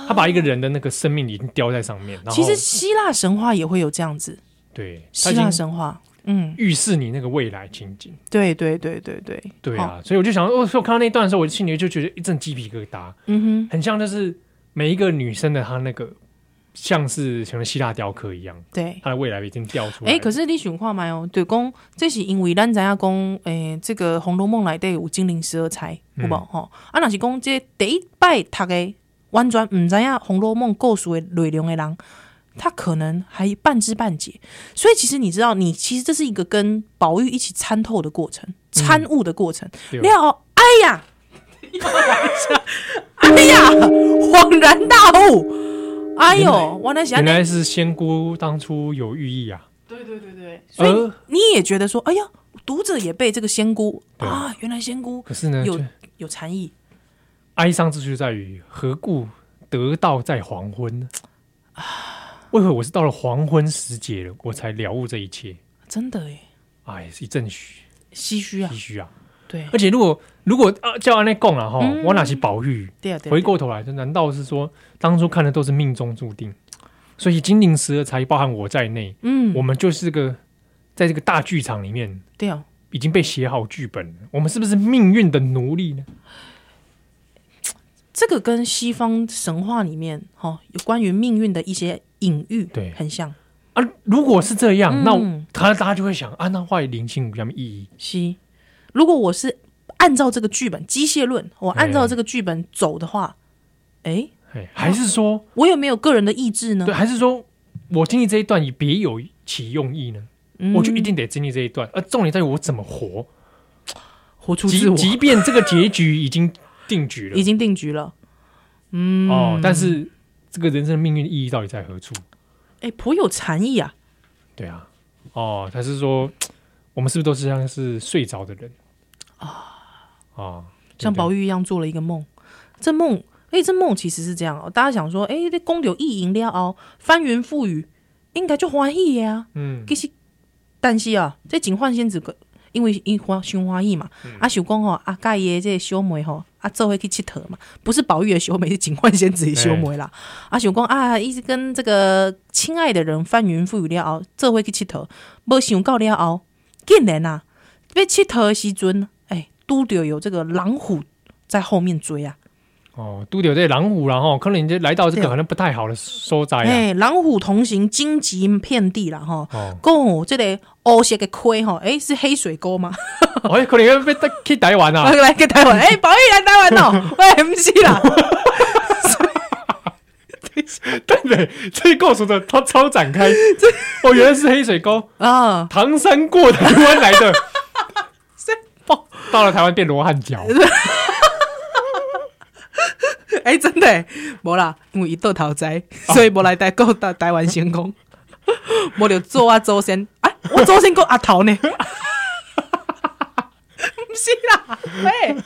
S2: 他把一个人的那个生命已经雕在上面，然后
S1: 其实希腊神话也会有这样子，
S2: 对，他
S1: 希
S2: 已
S1: 腊
S2: 经
S1: 神话，嗯，
S2: 预示你那个未来情景。
S1: 对对对对对，
S2: 对啊，所以我就想，哦，所以我看到那一段的时候，我心里就觉得一阵鸡皮疙瘩，
S1: 嗯哼，
S2: 很像就是每一个女生的她那个，像是什么希腊雕刻一样，
S1: 对。
S2: 她的未来已经雕出来。
S1: 哎、可是你想看嘛哦，对公，这是因为咱知影讲，诶、这个《红楼梦》内底有精灵十二钗，有无
S2: 嗯
S1: 吼？啊，若是讲这第一摆读的，完全毋知影《红楼梦》故事的内容的人，他可能还半知半解。所以其实你知道，你其实这是一个跟宝玉一起参透的过程，参悟的过程。
S2: 嗯对哦
S1: 了，哎呀，
S2: (laughs)
S1: 又来一下，哎呀， (laughs) 恍然大悟，哎
S2: 原
S1: 呦
S2: 来，
S1: 我那想
S2: 原。来是仙姑当初有寓意啊，
S1: 对对对对，所以
S2: 呃，
S1: 你也觉得说，哎呀，读者也被这个仙姑
S2: 对
S1: 啊，原来仙姑
S2: 可是呢，
S1: 有
S2: 就
S1: 有禅意
S2: 哀伤之处就在于何故得道在黄昏呢？为何我是到了黄昏时节了，我才了悟这一切？
S1: 真的哎，
S2: 哎，是一阵嘘，
S1: 唏嘘啊
S2: 唏，嘘啊！
S1: 对
S2: 而且如果如果啊，叫安内供了哈，我哪是宝玉？
S1: 对嗯啊，对啊
S2: 回过头来，就难道是说当初看的都是命中注定？所以金陵十二钗包含我在内，
S1: 嗯
S2: 我，们就是个在这个大剧场里面
S1: 对啊，
S2: 已经被写好剧本了。我们是不是命运的奴隶呢？
S1: 这个跟西方神话里面哈、哦、有关于命运的一些隐喻，
S2: 对
S1: 很像，
S2: 啊，如果是这样，
S1: 嗯
S2: 那他大家就会想啊，那坏灵性有什么意义？
S1: 是，如果我是按照这个剧本机械论，我按照
S2: 哎
S1: 这个剧本走的话，哎，
S2: 哎，还是说，
S1: 我有没有个人的意志呢
S2: 对，？还是说我经历这一段也别有其用意呢？
S1: 嗯
S2: 我就一定得经历这一段，而重点在于我怎么活。
S1: 活出自
S2: 即
S1: 我，
S2: 即便这个结局已经定局
S1: (laughs)
S2: 了
S1: 已，经定局了。嗯，
S2: 哦，但是这个人生的命运意义到底在何处？
S1: 哎，颇有禅意啊，
S2: 对啊，哦，他是说我们是不是都是像是睡着的人
S1: 哦
S2: 啊？啊，
S1: 像宝
S2: 玉
S1: 玉一样做了一个梦。这梦，哎，这梦其实是这样哦。大家想说，哎，这公牛意淫了哦，翻云覆雨，应该就欢喜的啊。
S2: 嗯
S1: 其实，但是啊，这警幻仙子个，因为因欢想欢喜嘛，啊，想讲吼，啊，甲伊的这个小妹吼，啊，做伙去佚佗嘛，不是宝玉的小妹，是警幻仙子的小妹啦。啊，想讲啊，一直跟这个亲爱的人翻云覆雨了后，做伙去佚佗，无想到了后，竟然啊，要佚佗的时阵，哎，拄着有这个狼虎在后面追啊，
S2: 哦，都留在狼虎然后可能你就来到这
S1: 对
S2: 个好像不太好的收窄啊。
S1: 哎，狼虎同行，荆棘遍地啦吼。
S2: 哦，
S1: 讲有这个黑色的溪吼，哎，是黑水沟吗？
S2: 哎，可能要被带去台湾
S1: (laughs)
S2: 啊
S1: 我，来个台湾，哎、宝玉来台湾哦，喂，不是啦，
S2: (laughs) 对对，这个故事的它超展
S1: (laughs)
S2: 开，哦，原来是黑水沟，
S1: 啊、 (laughs)
S2: 唐山过台湾来的，哦到了台湾变罗汉脚，
S1: 哎、真的、欸，无啦，因为伊倒头栽，所以无来台购台台湾成功，无就做啊周先，哎、我周先讲阿头呢， (laughs) 不是啦，哎、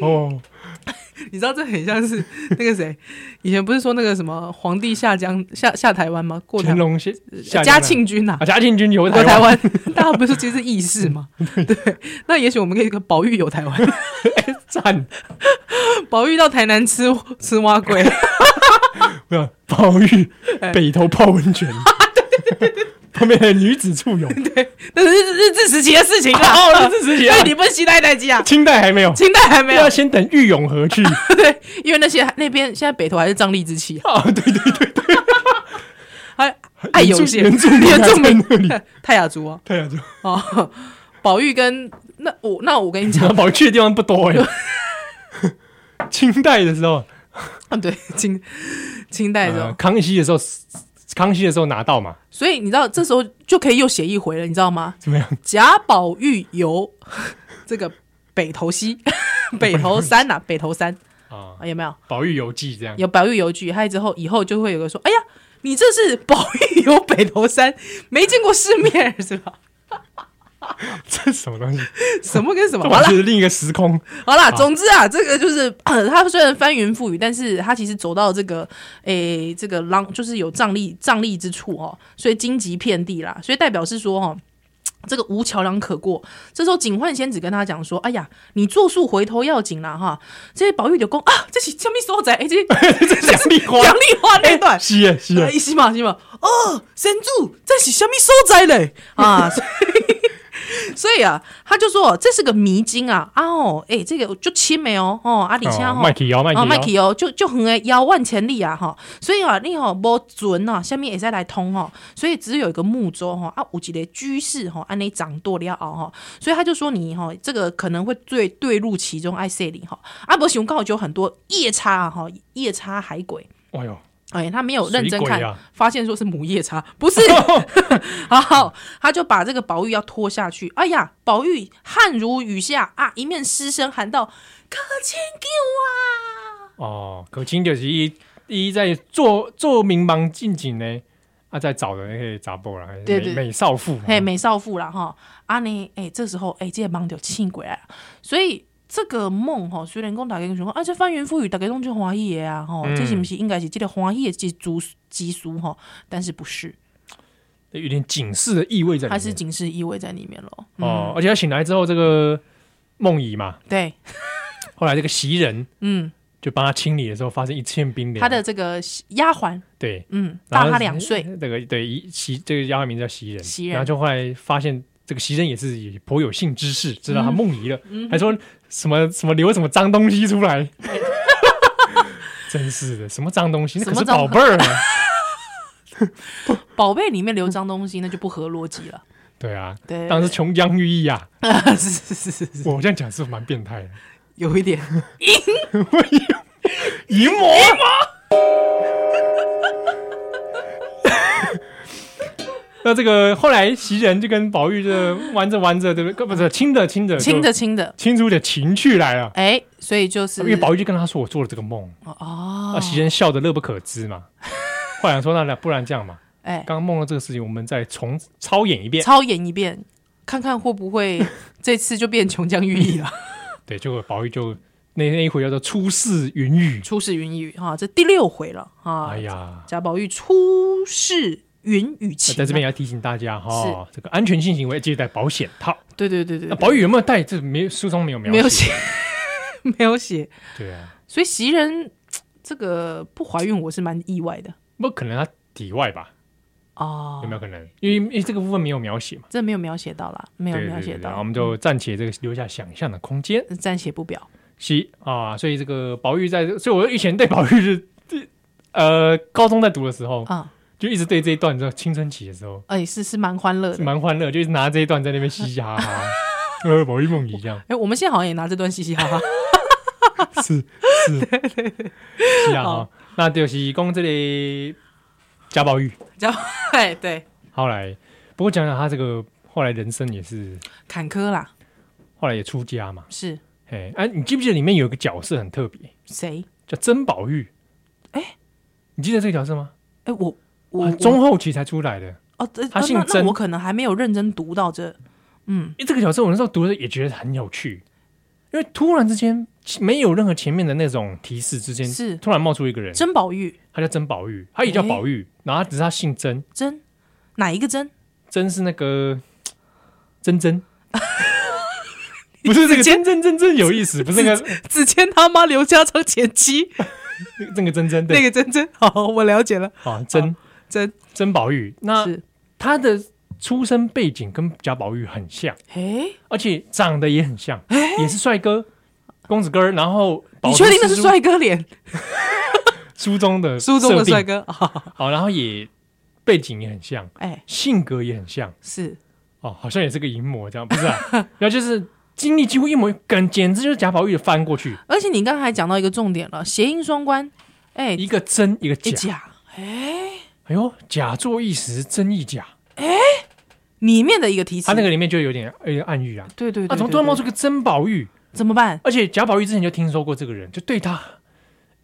S2: 哦，
S1: 你知道这很像是那个谁，以前不是说那个什么皇帝下江下下台湾吗？过台
S2: 乾隆先下
S1: 呃嘉庆君呐、
S2: 啊，嘉庆君游
S1: 过台
S2: 台湾，
S1: 湾， (laughs) 大家不是其实是义士嘛？对，那也许我们可以跟宝玉游台湾， (laughs)
S2: 赞，
S1: 宝玉到台南吃吃蛙龟，
S2: 没有宝玉
S1: 哎
S2: 北头泡温
S1: (laughs)
S2: 泉，旁边还有女子处友，
S1: 那是日日治时期的事情啦。
S2: 哦，日治时期啊
S1: 所以你不是西代代机啊， (laughs)
S2: 清代还没有，
S1: 清代还没有
S2: 要，先等玉永和去，
S1: (laughs) 对，因为那些那边现在北投还是瘴疠之气啊， (laughs)
S2: 哦，对对对，
S1: 还爱有些
S2: 原住民
S1: 原住
S2: 还
S1: 民
S2: 在那
S1: (laughs)
S2: 里，
S1: 泰雅族啊，
S2: 对啊，就
S1: 哦，宝玉跟那我哦那我跟你讲
S2: 然后， (laughs) 跑去的地方不多哎、 (laughs) 清代的时候，
S1: 啊对，清清代的时候
S2: 呃，康熙的时候，康熙的时候拿到嘛，
S1: 所以你知道这时候就可以又写一回了，你知道吗？
S2: 怎么样？
S1: 贾宝玉游 (laughs) 这个北投西北 (laughs) 投山呐、北投山
S2: 啊，
S1: 啊，有没有？
S2: 宝玉游记这样，
S1: 有宝玉邮局，还有之后以后就会有个说，哎呀，你这是宝玉游北投山，没见过世面是吧？
S2: (laughs) 这是什么东西？
S1: 什么跟什么？
S2: 这
S1: 好
S2: 完
S1: 了
S2: 全。是另一个时空。
S1: 好啦，总之啊，这个就是 (clears throat) 呃他虽然翻云覆雨，但是他其实走到这个诶、这个浪，就是有瘴疠瘴疠之处哦，所以荆棘遍地啦，所以代表是说哦。这个无桥梁可过，这时候警幻仙子跟他讲说：“哎呀，你作数回头要紧啦哈！”这些宝玉就讲啊，这是什么所在？哎，这
S2: (laughs) 这是杨丽花，
S1: 杨丽花那段，
S2: (laughs) 是耶是啊耶，
S1: 哎，是嘛是嘛，哦，神主，这是什么所在嘞？ (laughs) 啊， (laughs) 所以所以啊，他就说这是个迷津啊，啊哦，哎、这个就亲没哦，哦，啊，而且
S2: 哦
S1: 哦，
S2: 麦琪哦麦
S1: 哦，麦
S2: 琪
S1: 去哦，就就很诶，腰万千里啊吼，所以啊，你吼无船啊，下面也再来通吼，所以只有一个木舟吼啊，有一个居士吼，安尼掌舵了后吼，所以他就说你吼这个可能会坠坠入其中，爱塞里吼，啊，不熊告就有很多夜叉啊吼，夜叉海鬼。
S2: 哦，哎呦，
S1: 哎、他没有认真
S2: 水
S1: 看，
S2: 鬼啊
S1: 发现说是母夜
S2: (laughs)
S1: 叉，不是。好，他就把这个宝玉要拖下去。哎呀，宝玉汗如雨下啊，一面失声喊道：“可亲救啊
S2: 哦，可亲就是一一在做做民忙进景呢，啊，在找的那个杂波啦，
S1: 对
S2: 美
S1: 对
S2: 美少妇！”嘛，
S1: 嘿，美少妇啦哈，啊呢，哎、这时候哎、这个忙就气鬼来了，所以。这个梦吼，虽然讲大家想讲，啊，这翻云覆雨，大家拢就欢喜的啊，吼、
S2: 嗯
S1: 这是不是应该是这个欢喜的基族基数吼？但是不是，
S2: 有点警示的意味在里
S1: 它是
S2: 面。
S1: 警示意味在里面咯。嗯
S2: 哦，而且他醒来之后，这个梦遗嘛，
S1: 对，
S2: 后来这个袭人
S1: 嗯，
S2: 就帮他清理的时候，发生一片冰凉。
S1: 他的这个丫鬟，
S2: 对，
S1: 嗯，
S2: 然
S1: 大
S2: 后
S1: 他两岁，
S2: 这个对一袭这个丫鬟名叫袭人，
S1: 袭人
S2: 然后就后来发现这个袭人也是也颇有性知识，知道
S1: 嗯
S2: 他梦遗了，还说什么什么留什么脏东西出
S1: (laughs)
S2: 来， (laughs) 真是的，什么脏东西，那可
S1: 什
S2: 是
S1: 么脏
S2: 宝贝儿啊，
S1: 宝贝里面留脏东西，那就不合逻辑了。
S2: 对啊，
S1: (laughs) 对，
S2: 当时琼浆玉液啊，
S1: 是是是是是，
S2: 我这样讲是蛮变态的，
S1: 有一点。 (laughs)
S2: 淫魔，淫魔。 (laughs) 那这个后来袭人就跟宝玉就玩着玩着，对不对？不是亲着亲着就
S1: 轻的轻的，
S2: 清出点情趣来了。
S1: 哎，所以就是
S2: 因为宝玉就跟他说我做了这个梦，
S1: 哦
S2: 啊，，袭人笑得乐不可
S1: (laughs)
S2: 支嘛。后来说那那不然这样嘛，
S1: 哎，
S2: 刚刚梦到这个事情，我们再重操演一遍。
S1: 操演一遍，看看会不
S2: (laughs)
S1: 会这次就变琼浆玉液了。 (laughs)
S2: 对，结果宝玉就那那一回叫做出世云雨，
S1: 出世云雨哈，这第六回了啊
S2: 哎。呀，
S1: 贾宝玉出世云雨
S2: 那
S1: 情啊，
S2: 在这边也要提醒大家哈，这个安全性行为记得戴保险套。
S1: 对对对对
S2: 那，宝玉有没有戴？这没书中没有
S1: 没
S2: 描
S1: 有
S2: 写。
S1: 写， (laughs) 没有写，
S2: 对啊，
S1: 所以袭人这个不怀孕，我是蛮意外的
S2: 不可能他体外吧？
S1: 哦
S2: 有。没有可能？因为因为这个部分没有描写嘛，
S1: 这没有描写到啦，没有
S2: 对对
S1: 描
S2: 对
S1: 写
S2: 对然
S1: 到
S2: 后
S1: 嗯
S2: 我，们就暂且这个留下想象的空间。
S1: 暂写不表。
S2: 是啊，所以这个宝玉在，所以我以前对宝玉是，呃，高中在读的时候，
S1: 啊，
S2: 就一直对这一段，你知道青春期的时候
S1: 哎，是是蛮欢乐
S2: 是
S1: 的。
S2: 蛮欢乐，就一直拿这一段在那边嘻嘻哈哈，呃，宝玉梦遗
S1: (laughs)
S2: 这样，
S1: 哎，我们现在好像也拿这段嘻嘻哈
S2: (laughs)
S1: 哈。
S2: 是是是啊，
S1: 好
S2: 哈那就是讲这里贾宝玉
S1: 然后，哎，对，
S2: 后来，不过讲讲他这个后来人生也是
S1: 坎坷啦，
S2: 后来也出家嘛。
S1: 是
S2: 哎，哎、啊，你记不记得里面有一个角色很特别，
S1: 谁？
S2: 叫曾宝玉？
S1: 哎
S2: 你记得这个角色吗？
S1: 哎，我
S2: 啊
S1: 我
S2: 中后期才出来的。
S1: 我哦，呃
S2: 他姓
S1: 那那
S2: 曾
S1: 我可能还没有认真读到这，嗯，
S2: 诶这个角色我那时候读的也觉得很有趣，因为突然之间没有任何前面的那种提示，之间
S1: 是
S2: 突然冒出一个人，
S1: 甄宝玉，
S2: 他叫曾宝玉，他也叫宝玉，然后他只是他姓曾，
S1: 甄哪一个甄？
S2: 曾是那个曾
S1: (laughs)
S2: 曾，不是这个曾曾曾曾有
S1: (laughs)
S2: 意思，不是那个
S1: 子谦他妈刘家昌前妻
S2: 那个曾曾
S1: 那
S2: 对，
S1: 个甄甄，好，我了解了，
S2: 啊曾
S1: 甄
S2: 曾宝玉，那
S1: 是，
S2: 他的出身背景跟贾宝玉很像，
S1: 哎，
S2: 而且长得也很像，也是帅哥。公子哥儿，然后
S1: 你确定那是
S2: 宝
S1: 帅哥脸？
S2: 书书中的
S1: 书中的
S2: 设定
S1: 帅哥啊，
S2: 好，然后也背景也很像，
S1: 哎，
S2: 性格也很像
S1: 是
S2: 哦，好像也是个淫魔这样，
S1: (laughs)
S2: 不是啊？然后就是经历几乎一模一，跟简直就是贾宝玉的翻过去，
S1: 而且你刚才还讲到一个重点了，谐音双关，哎、
S2: 一个真一个
S1: 一
S2: 假，
S1: 假，哎、
S2: 哎呦，假作一时真亦假，
S1: 里面的一个提示，
S2: 他那个里面就有点有点暗喻啊，
S1: 对对对
S2: 啊，怎么
S1: 对
S2: 突然冒出
S1: 对
S2: 个真宝玉？
S1: 怎么办？
S2: 而且贾宝玉之前就听说过这个人，就对他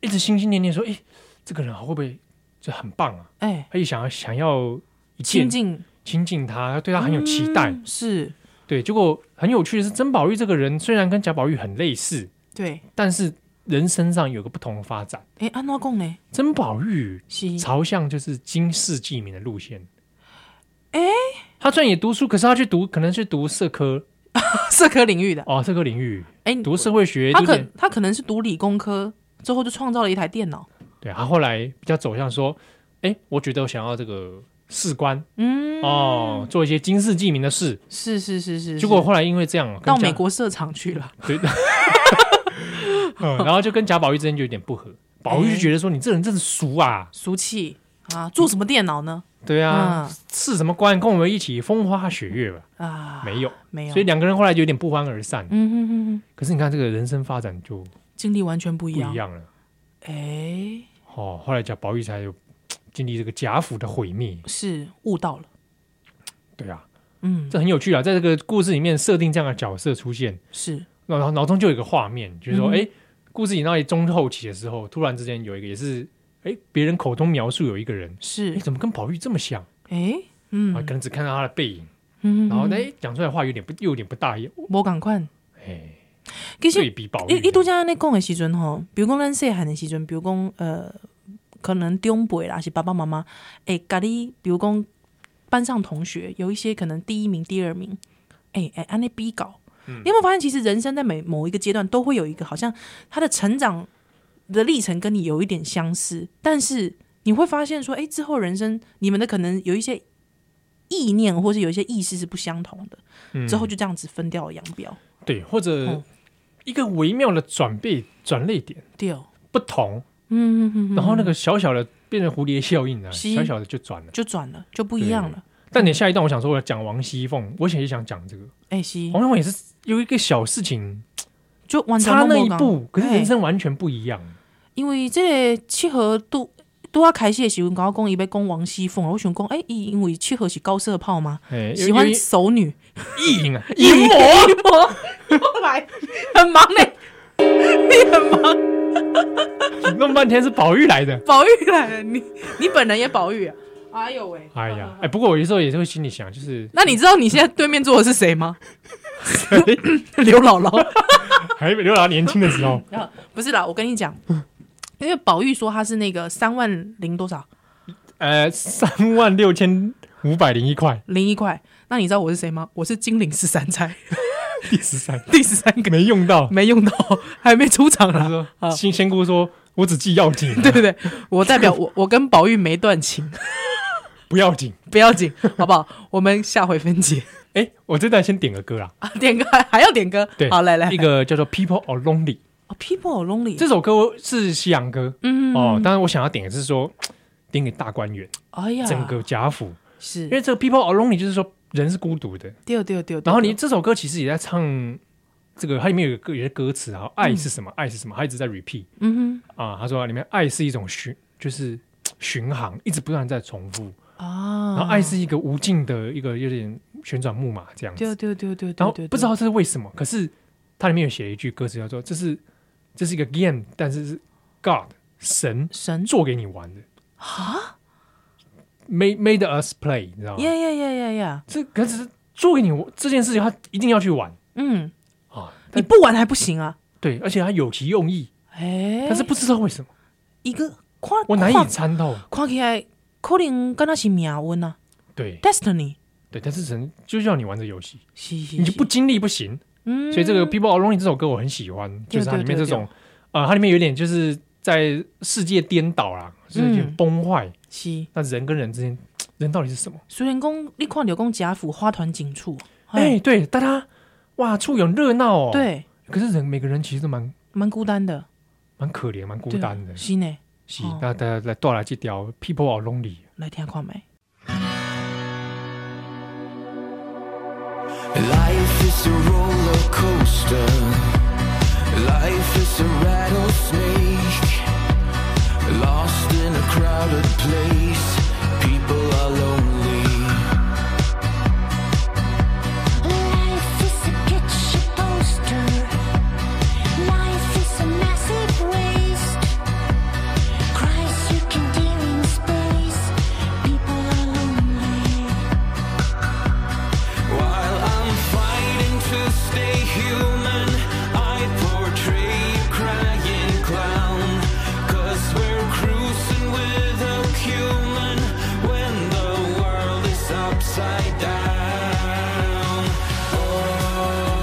S2: 一直心心念念说，哎，这个人会不会就很棒啊？
S1: 哎、
S2: 他也想要想要一见
S1: 亲近，
S2: 亲近他，对他很有期待。
S1: 嗯是
S2: 对，结果很有趣的是，曾宝玉这个人虽然跟贾宝玉很类似，
S1: 对，
S2: 但是人身上有个不同的发展。
S1: 哎、安诺贡呢？
S2: 曾宝玉
S1: 是， (laughs)
S2: 朝向就是经世济民的路线。
S1: 哎
S2: 他虽然也读书，可是他去读可能去读社科
S1: 社科领域的，
S2: 哦，社科领域
S1: 哎、
S2: 读社会学，
S1: 他
S2: 读
S1: 可
S2: 点
S1: 他可能是读理工科之后就创造了一台电脑，
S2: 对。他后来比较走向说，哎，我觉得我想要这个士官
S1: 嗯，
S2: 哦，做一些经世济民的事。
S1: 是是是是，
S2: 结果
S1: 是
S2: 后来因为这样跟
S1: 到
S2: 贾
S1: 美国设厂去了，
S2: 对，嗯， (laughs) 然后就跟贾宝玉之间就有点不合。宝玉就觉得说你这人真是俗啊，
S1: 俗气啊，做什么电脑呢？
S2: 对啊
S1: 嗯，
S2: 是什么官跟我们一起风花雪月吧？
S1: 啊，
S2: 没有，
S1: 没有，
S2: 所以两个人后来就有点不欢而散。
S1: 嗯哼哼哼，
S2: 可是你看这个人生发展就
S1: 经历完全不一
S2: 不
S1: 样
S2: 一，样了
S1: 哎、
S2: 哦。后来贾宝玉才有嘖经历这个贾府的毁灭，
S1: 是悟到了，
S2: 对啊，
S1: 嗯，
S2: 这很有趣啊。在这个故事里面设定这样的角色出现，
S1: 是
S2: 脑脑脑中就有一个画面，就是说，
S1: 嗯
S2: 哎、故事演到中后期的时候，突然之间有一个也是，哎，别人口中描述有一个人，
S1: 是
S2: 哎，，怎么跟宝玉这么像？
S1: 哎、嗯
S2: 啊，可能只看到他的背影，
S1: 嗯，
S2: 然后哎，讲出来的话有点不，又有点不大一样，
S1: 无共款，
S2: 哎，
S1: 其
S2: 对
S1: 实
S2: 比宝
S1: 你
S2: 玉
S1: 你拄
S2: 的，
S1: 则安尼讲的时阵吼，比如讲咱细汉的时阵，比如讲呃，可能长辈啦是爸爸妈妈，哎、甲你比如讲班上同学有一些可能第一名、第二名，哎、哎，安尼比搞，你有没有发现其实人生在每某一个阶段都会有一个好像他的成长的历程跟你有一点相似，但是你会发现说，哎、之后人生你们的可能有一些。意念或是有一些意识是不相同的，
S2: 嗯
S1: 之后就这样子分掉了扬镳。
S2: 对，或者
S1: 嗯
S2: 一个微妙的转变转类点
S1: 对哦，
S2: 不同，
S1: 嗯嗯嗯，嗯
S2: 然后那个小小的变成蝴蝶效应啊，
S1: 是
S2: 小小的就转了。
S1: 就转了，就不一样了。
S2: 但你下一段我想说，我要讲王熙凤，我也想讲这个，
S1: 哎、是
S2: 王熙凤也是有一个小事情
S1: 就完全
S2: 差那
S1: 拢无
S2: 一
S1: 同
S2: 步，可是人
S1: 嘿
S2: 生完全不一样。
S1: 因为这个七和都都要开始的时候，跟我讲伊哎要讲王熙凤，我想讲，哎、伊因为七和是高射炮嘛，
S2: 哎，有
S1: 喜欢
S2: 有
S1: 熟女，
S2: 意淫啊，
S1: 淫魔， (laughs) 淫魔，过来，很忙嘞、你很忙，
S2: (laughs) 弄半天是宝玉来的。
S1: 宝玉来了，你你本人也宝玉啊？哎呦喂，
S2: 哎呀，哎，不过我有时候也是会心里
S1: (laughs)
S2: 想，就是
S1: (laughs) 那你知道你现在对面坐的是谁吗？ (laughs) 刘姥姥。
S2: 还刘姥姥年轻的
S1: (laughs)
S2: 时候，
S1: 啊，不是啦，我跟你讲，因为宝玉说他是那个三万零多少
S2: 呃，三万六千五百零一块，
S1: 零一块，那你知道我是谁吗？我是金陵十三钗
S2: 第十三
S1: 第十三个，
S2: 没用到。
S1: 没用到，还没出场
S2: (laughs) 他
S1: 啦。
S2: 说
S1: 啊：“
S2: 仙仙姑说，我只记要紧，
S1: 对对对，我代表我，我跟宝玉没断情， (laughs)
S2: 不要紧。
S1: 不要紧，好不好？我们下回分解
S2: 哎，我这段先点个歌啦，
S1: 啊， (laughs) 点歌还还要点歌，
S2: 对，
S1: 好来来
S2: 一个叫做《People Are Lonely》
S1: 哦，People are lonely，
S2: 这首歌是西洋歌
S1: 嗯，
S2: 哦，当然我想要点的是说，点给大观园，
S1: 哎呀，
S2: 整个贾府，因
S1: 是
S2: 为这个《People Are Lonely》就是说人是孤独的。
S1: 丢丢丢，对
S2: 然后你
S1: 对
S2: 这首歌其实也在唱这个，它里面有一个歌，有些歌词，然后爱是什么，爱是什么，他一直在 repeat
S1: 嗯
S2: 啊。他说里面爱是一种循，就是嘖巡航，一直不断地在重复。
S1: 哼啊，
S2: 然后爱是一个无尽的一个有点旋转木马这样
S1: 对
S2: 子。
S1: 对对对
S2: 然后
S1: 对对，
S2: 不知道这是为什么，可是它里面有写了一句歌词叫做“这是这是一个 game，但是是 God 神
S1: 神
S2: 做给你玩的啊，made made us play，你知道吗？
S1: 呀呀呀呀呀，
S2: 这可只是做给你玩这件事情，他一定要去玩
S1: 嗯，
S2: 啊。
S1: 你
S2: 但
S1: 不玩还不行啊，
S2: 对，而且他有其用意，
S1: 哎，
S2: 但是不知道为什么，
S1: 一个看
S2: 我难以
S1: 看
S2: 参透。
S1: 看起来可能敢若是命运啊
S2: 对
S1: ，destiny，
S2: 对，但是神就叫你玩这游戏，
S1: 是是，
S2: 你就不
S1: 是，
S2: 经历不行。
S1: 嗯
S2: 所以这个《People Are Lonely》这首歌我很喜欢，
S1: 对
S2: 就是它里面
S1: 对
S2: 这
S1: 对
S2: 种，呃，它里面有点就是在世界颠倒啦，就是有点
S1: 嗯
S2: 崩坏。
S1: 是，
S2: 那人跟人之间，人到底是什么？
S1: 虽然讲你看着讲贾府花团锦簇，
S2: 哎、
S1: 哎，
S2: 对，大家哇，处有热闹哦。，
S1: 对，
S2: 可是人每个人其实都蛮
S1: 蛮孤单的，
S2: 蛮可怜、蛮孤
S1: 对
S2: 单的。
S1: 是呢，
S2: 是
S1: 哦，
S2: 那大家来带来这条《People Are Lonely》。
S1: 来听看没？
S3: Life is a roller coaster. Life is a rattlesnake. Lost in a crowded place. People are lonely.
S4: Life is a picture poster. Life is a massive waste. Christ, you can deal in space. People are lonely.
S3: While I'm fighting to stay human, I portray a crying clown. Cause we're cruising with a human when the world is upside down. Oh,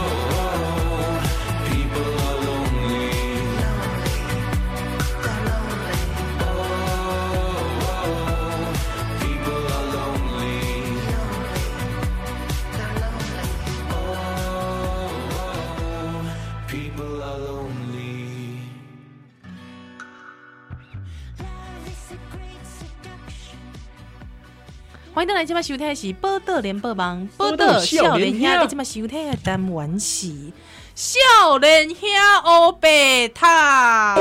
S3: people are lonely. Oh, people are lonely.
S1: 欢迎回来今晚收听的是《报道联播网》，报
S2: 报
S1: 道
S2: 道
S1: 少
S2: 少
S1: 年兄，
S2: 年兄
S1: 你今晚收听的单元是《少年兄欧贝塔》，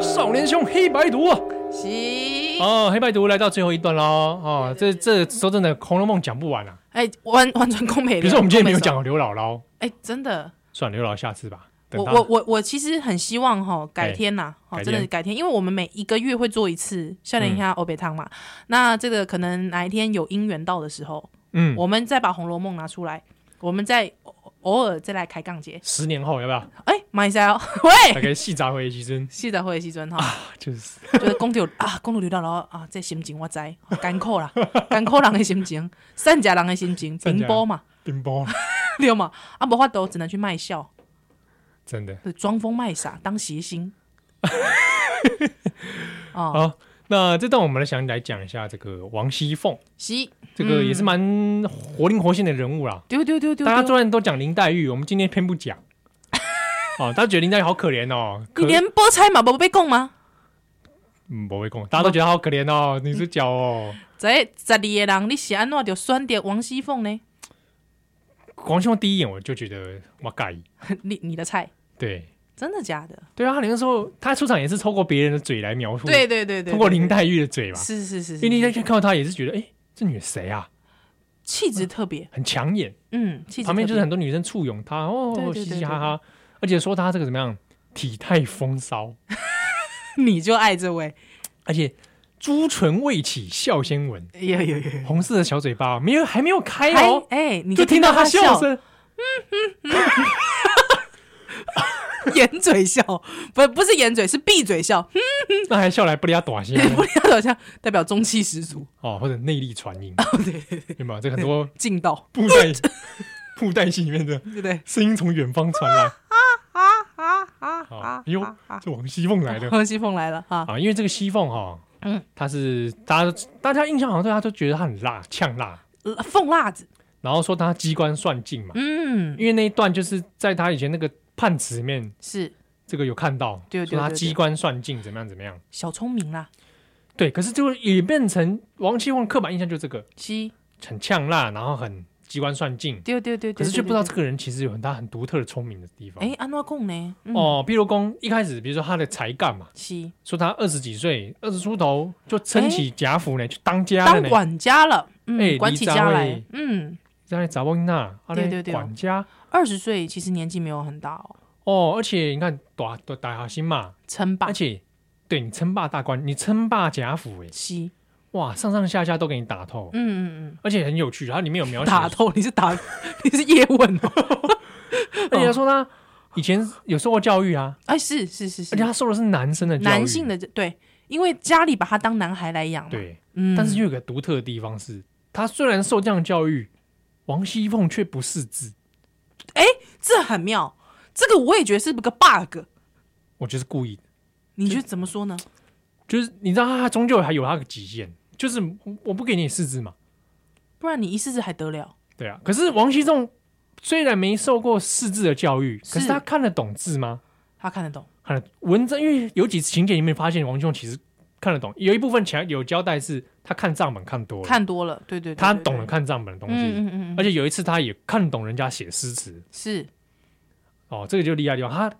S2: 少年兄黑白毒啊！
S1: 是
S2: 哦，黑白毒来到最后一段喽。哦，这这说真的，《红楼梦》讲不完啊。
S1: 哎、完完全空美。
S2: 比如说我们今天没有讲刘姥姥，
S1: 哎、真的，
S2: 算了，刘姥姥下次吧。等
S1: 我
S2: 她
S1: 我我我其实很希望哈改天呐、哈
S2: 改
S1: 真的
S2: 天嗯
S1: 改天，因为我们每一个月会做一次笑脸下欧北汤嘛。那这个可能哪一天有姻缘到的时候，
S2: 嗯，
S1: 我们再把《红楼梦》拿出来，我们再偶偶尔再来开杠节。
S2: 十年后要
S1: (laughs)
S2: 不要？
S1: 哎、马一下哦，
S2: 大
S1: 喂，
S2: 概细杂回一阵，
S1: 是的，会的时阵哈，
S2: 啊就是
S1: (laughs) 就是公主啊，公主流到然后啊，这心情我知，艰苦
S2: (laughs)
S1: 啦，艰苦人的心情，善假人的心情，
S2: 善
S1: 平
S2: 假人
S1: 波嘛， (laughs)
S2: 冰雹，
S1: 对嘛，啊，无法度只能去卖笑，
S2: 真的。
S1: 就装疯卖傻当谐
S2: (laughs)
S1: 星。哦，
S2: 好，那这段我们来想来讲一下这个王熙凤，
S1: 是，
S2: 这个
S1: 嗯
S2: 也是蛮活灵活现的人物啦。
S1: 丢丢丢丢，
S2: 大家
S1: 丢
S2: 昨然都讲林黛玉，我们今天偏
S1: (laughs)
S2: 不讲。哦，大家觉得林黛玉好可怜哦，可
S1: 你连菠菜嘛不被供吗？
S2: 嗯不会讲，大家都觉得她好可怜哦，女主
S1: (laughs)
S2: 角哦，
S1: 这十二个人，你是安怎就选择王熙凤呢？ (laughs)
S2: 王熙凤第一眼我就觉得我盖，
S1: 你你的菜，
S2: 对
S1: 真的假的？
S2: 对啊，她那个时候她出场也是透过别人的嘴来描述，
S1: 对对对对，
S2: 通过
S1: 对
S2: 林，黛玉的嘴嘛，
S1: 是是是
S2: 因为林黛
S1: 是，
S2: 玉看到她也是觉得，哎，这女的谁啊，
S1: 气质特别，
S2: 很抢眼。
S1: 嗯，气质
S2: 旁边
S1: 特
S2: 就是
S1: 别
S2: 很多女生簇拥他，
S1: 对对
S2: 哦，
S1: 对
S2: 嘻
S1: 对
S2: 嘻
S1: 对
S2: 哈哈，而且说他这个怎么样，体态风骚，
S1: (laughs) 你就爱这位， (laughs)
S2: 而且朱唇未起笑先闻，
S1: 有有有，
S2: 红色的小嘴巴哦没有还没有开
S1: 哎
S2: 哦，
S1: 哎，你
S2: 就听到
S1: 他
S2: 他笑，声，
S1: 掩嘴笑，不不是掩嘴，是闭嘴笑， (laughs) 哼
S2: 那还笑来不离他短些
S1: 不要好像代表中气十足，
S2: 哦，或者内力传音，
S1: 对对对，
S2: 有没有？这很多
S1: 劲道， (laughs)
S2: 布袋布袋戏里面的
S1: 对不对？
S2: 声音从远方传来，
S1: 啊啊啊
S2: 啊，哎呦，这王熙凤来了
S1: 何西凤来了啊，
S2: 啊，因为这个熙凤哈。
S1: 嗯
S2: 嗯，她是大家大家印象好像对她都觉得她很辣，呛辣，
S1: 呃凤辣子，
S2: 然后说她机关算尽嘛，
S1: 嗯，
S2: 因为那一段就是在他以前那个判词里面，
S1: 是
S2: 这个有看到，
S1: 对对
S2: 说他
S1: 对对
S2: 机关算尽怎么样怎么样，
S1: 小聪明啦，
S2: 对，可是就演变成王熙凤刻板印象就这个
S1: 西，
S2: 很呛辣，然后很机关算尽，
S1: 对对对对，
S2: 可是
S1: 对
S2: 却不知道，
S1: 对
S2: 这个人其实有很大很独特的聪明的地方。
S1: 对哎，安怎讲呢？嗯，
S2: 哦，比如公一开始，比如说他的才干嘛，
S1: 西
S2: 说他二十几岁，二十出头就撑起贾府呢，去当家了
S1: 哎当
S2: 呢。
S1: 管家了，嗯，
S2: 哎
S1: 管起家
S2: 李
S1: 来
S2: 兆，
S1: 嗯，
S2: 让你杂翁娜，啊
S1: 对
S2: 嘞
S1: 对对
S2: 管家
S1: 二十岁其实年纪没有很大哦，
S2: 哦，而且你看打打打下心嘛，
S1: 称霸
S2: 而且对你称霸大官，你称霸贾府哎，
S1: 西，
S2: 哇，上上下下都给你打透，
S1: 嗯
S2: (laughs)
S1: 嗯
S2: 而且很有趣，它里面有描
S1: 嗯，
S2: 写
S1: 打透你是打你是叶问哦，
S2: 而且他说他以前有受过教育啊，
S1: 哎是是是是
S2: 而且，他受的是男生的教育
S1: 男性的对，因为家里把他当男孩来养嘛，
S2: 对，
S1: 嗯，
S2: 但是又有个独特的地方是，他虽然受这样教育，王熙凤却不识字，
S1: 这很妙，这个我也觉得是个 bug，
S2: 我就是故意的，
S1: 你觉得怎么说呢？
S2: 就是你知道他终究还有他的极限，就是我我不给你识字嘛，
S1: 不然你一试试还得了？
S2: 对啊，可是王熙凤虽然没受过识字的教育，可是
S1: 是
S2: 他看得懂字吗？
S1: 他看得懂，
S2: 看得文章，因为有几次情节里面发现王熙凤其实看得懂，有一部分前有交代是他看账本看多了，
S1: 看多了，对对，对
S2: 他
S1: 对
S2: 懂
S1: 对
S2: 得看账本的东西，
S1: 嗯嗯嗯嗯，
S2: 而且有一次他也看懂人家写诗词
S1: 是
S2: 哦，这个就厉害的地方。他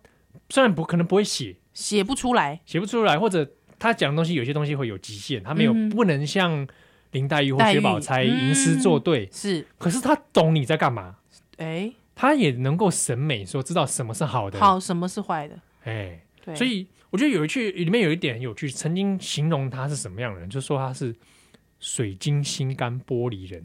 S2: 虽然不可能不会写，
S1: 写不出来，
S2: 写不出来，或者他讲的东西有些东西会有极限，他没有、
S1: 嗯哼
S2: 不能像林黛玉或
S1: 黛
S2: 薛
S1: 玉嗯
S2: 宝钗吟诗作对，
S1: 是
S2: 可是他懂你在干嘛，
S1: 哎，
S2: 他也能够审美说知道什么是好的，
S1: 好，什么是坏的？
S2: 哎，
S1: 对，
S2: 所以我觉得有一句里面有一点很有趣，曾经形容他是什么样的人，就说他是。水晶心肝玻璃人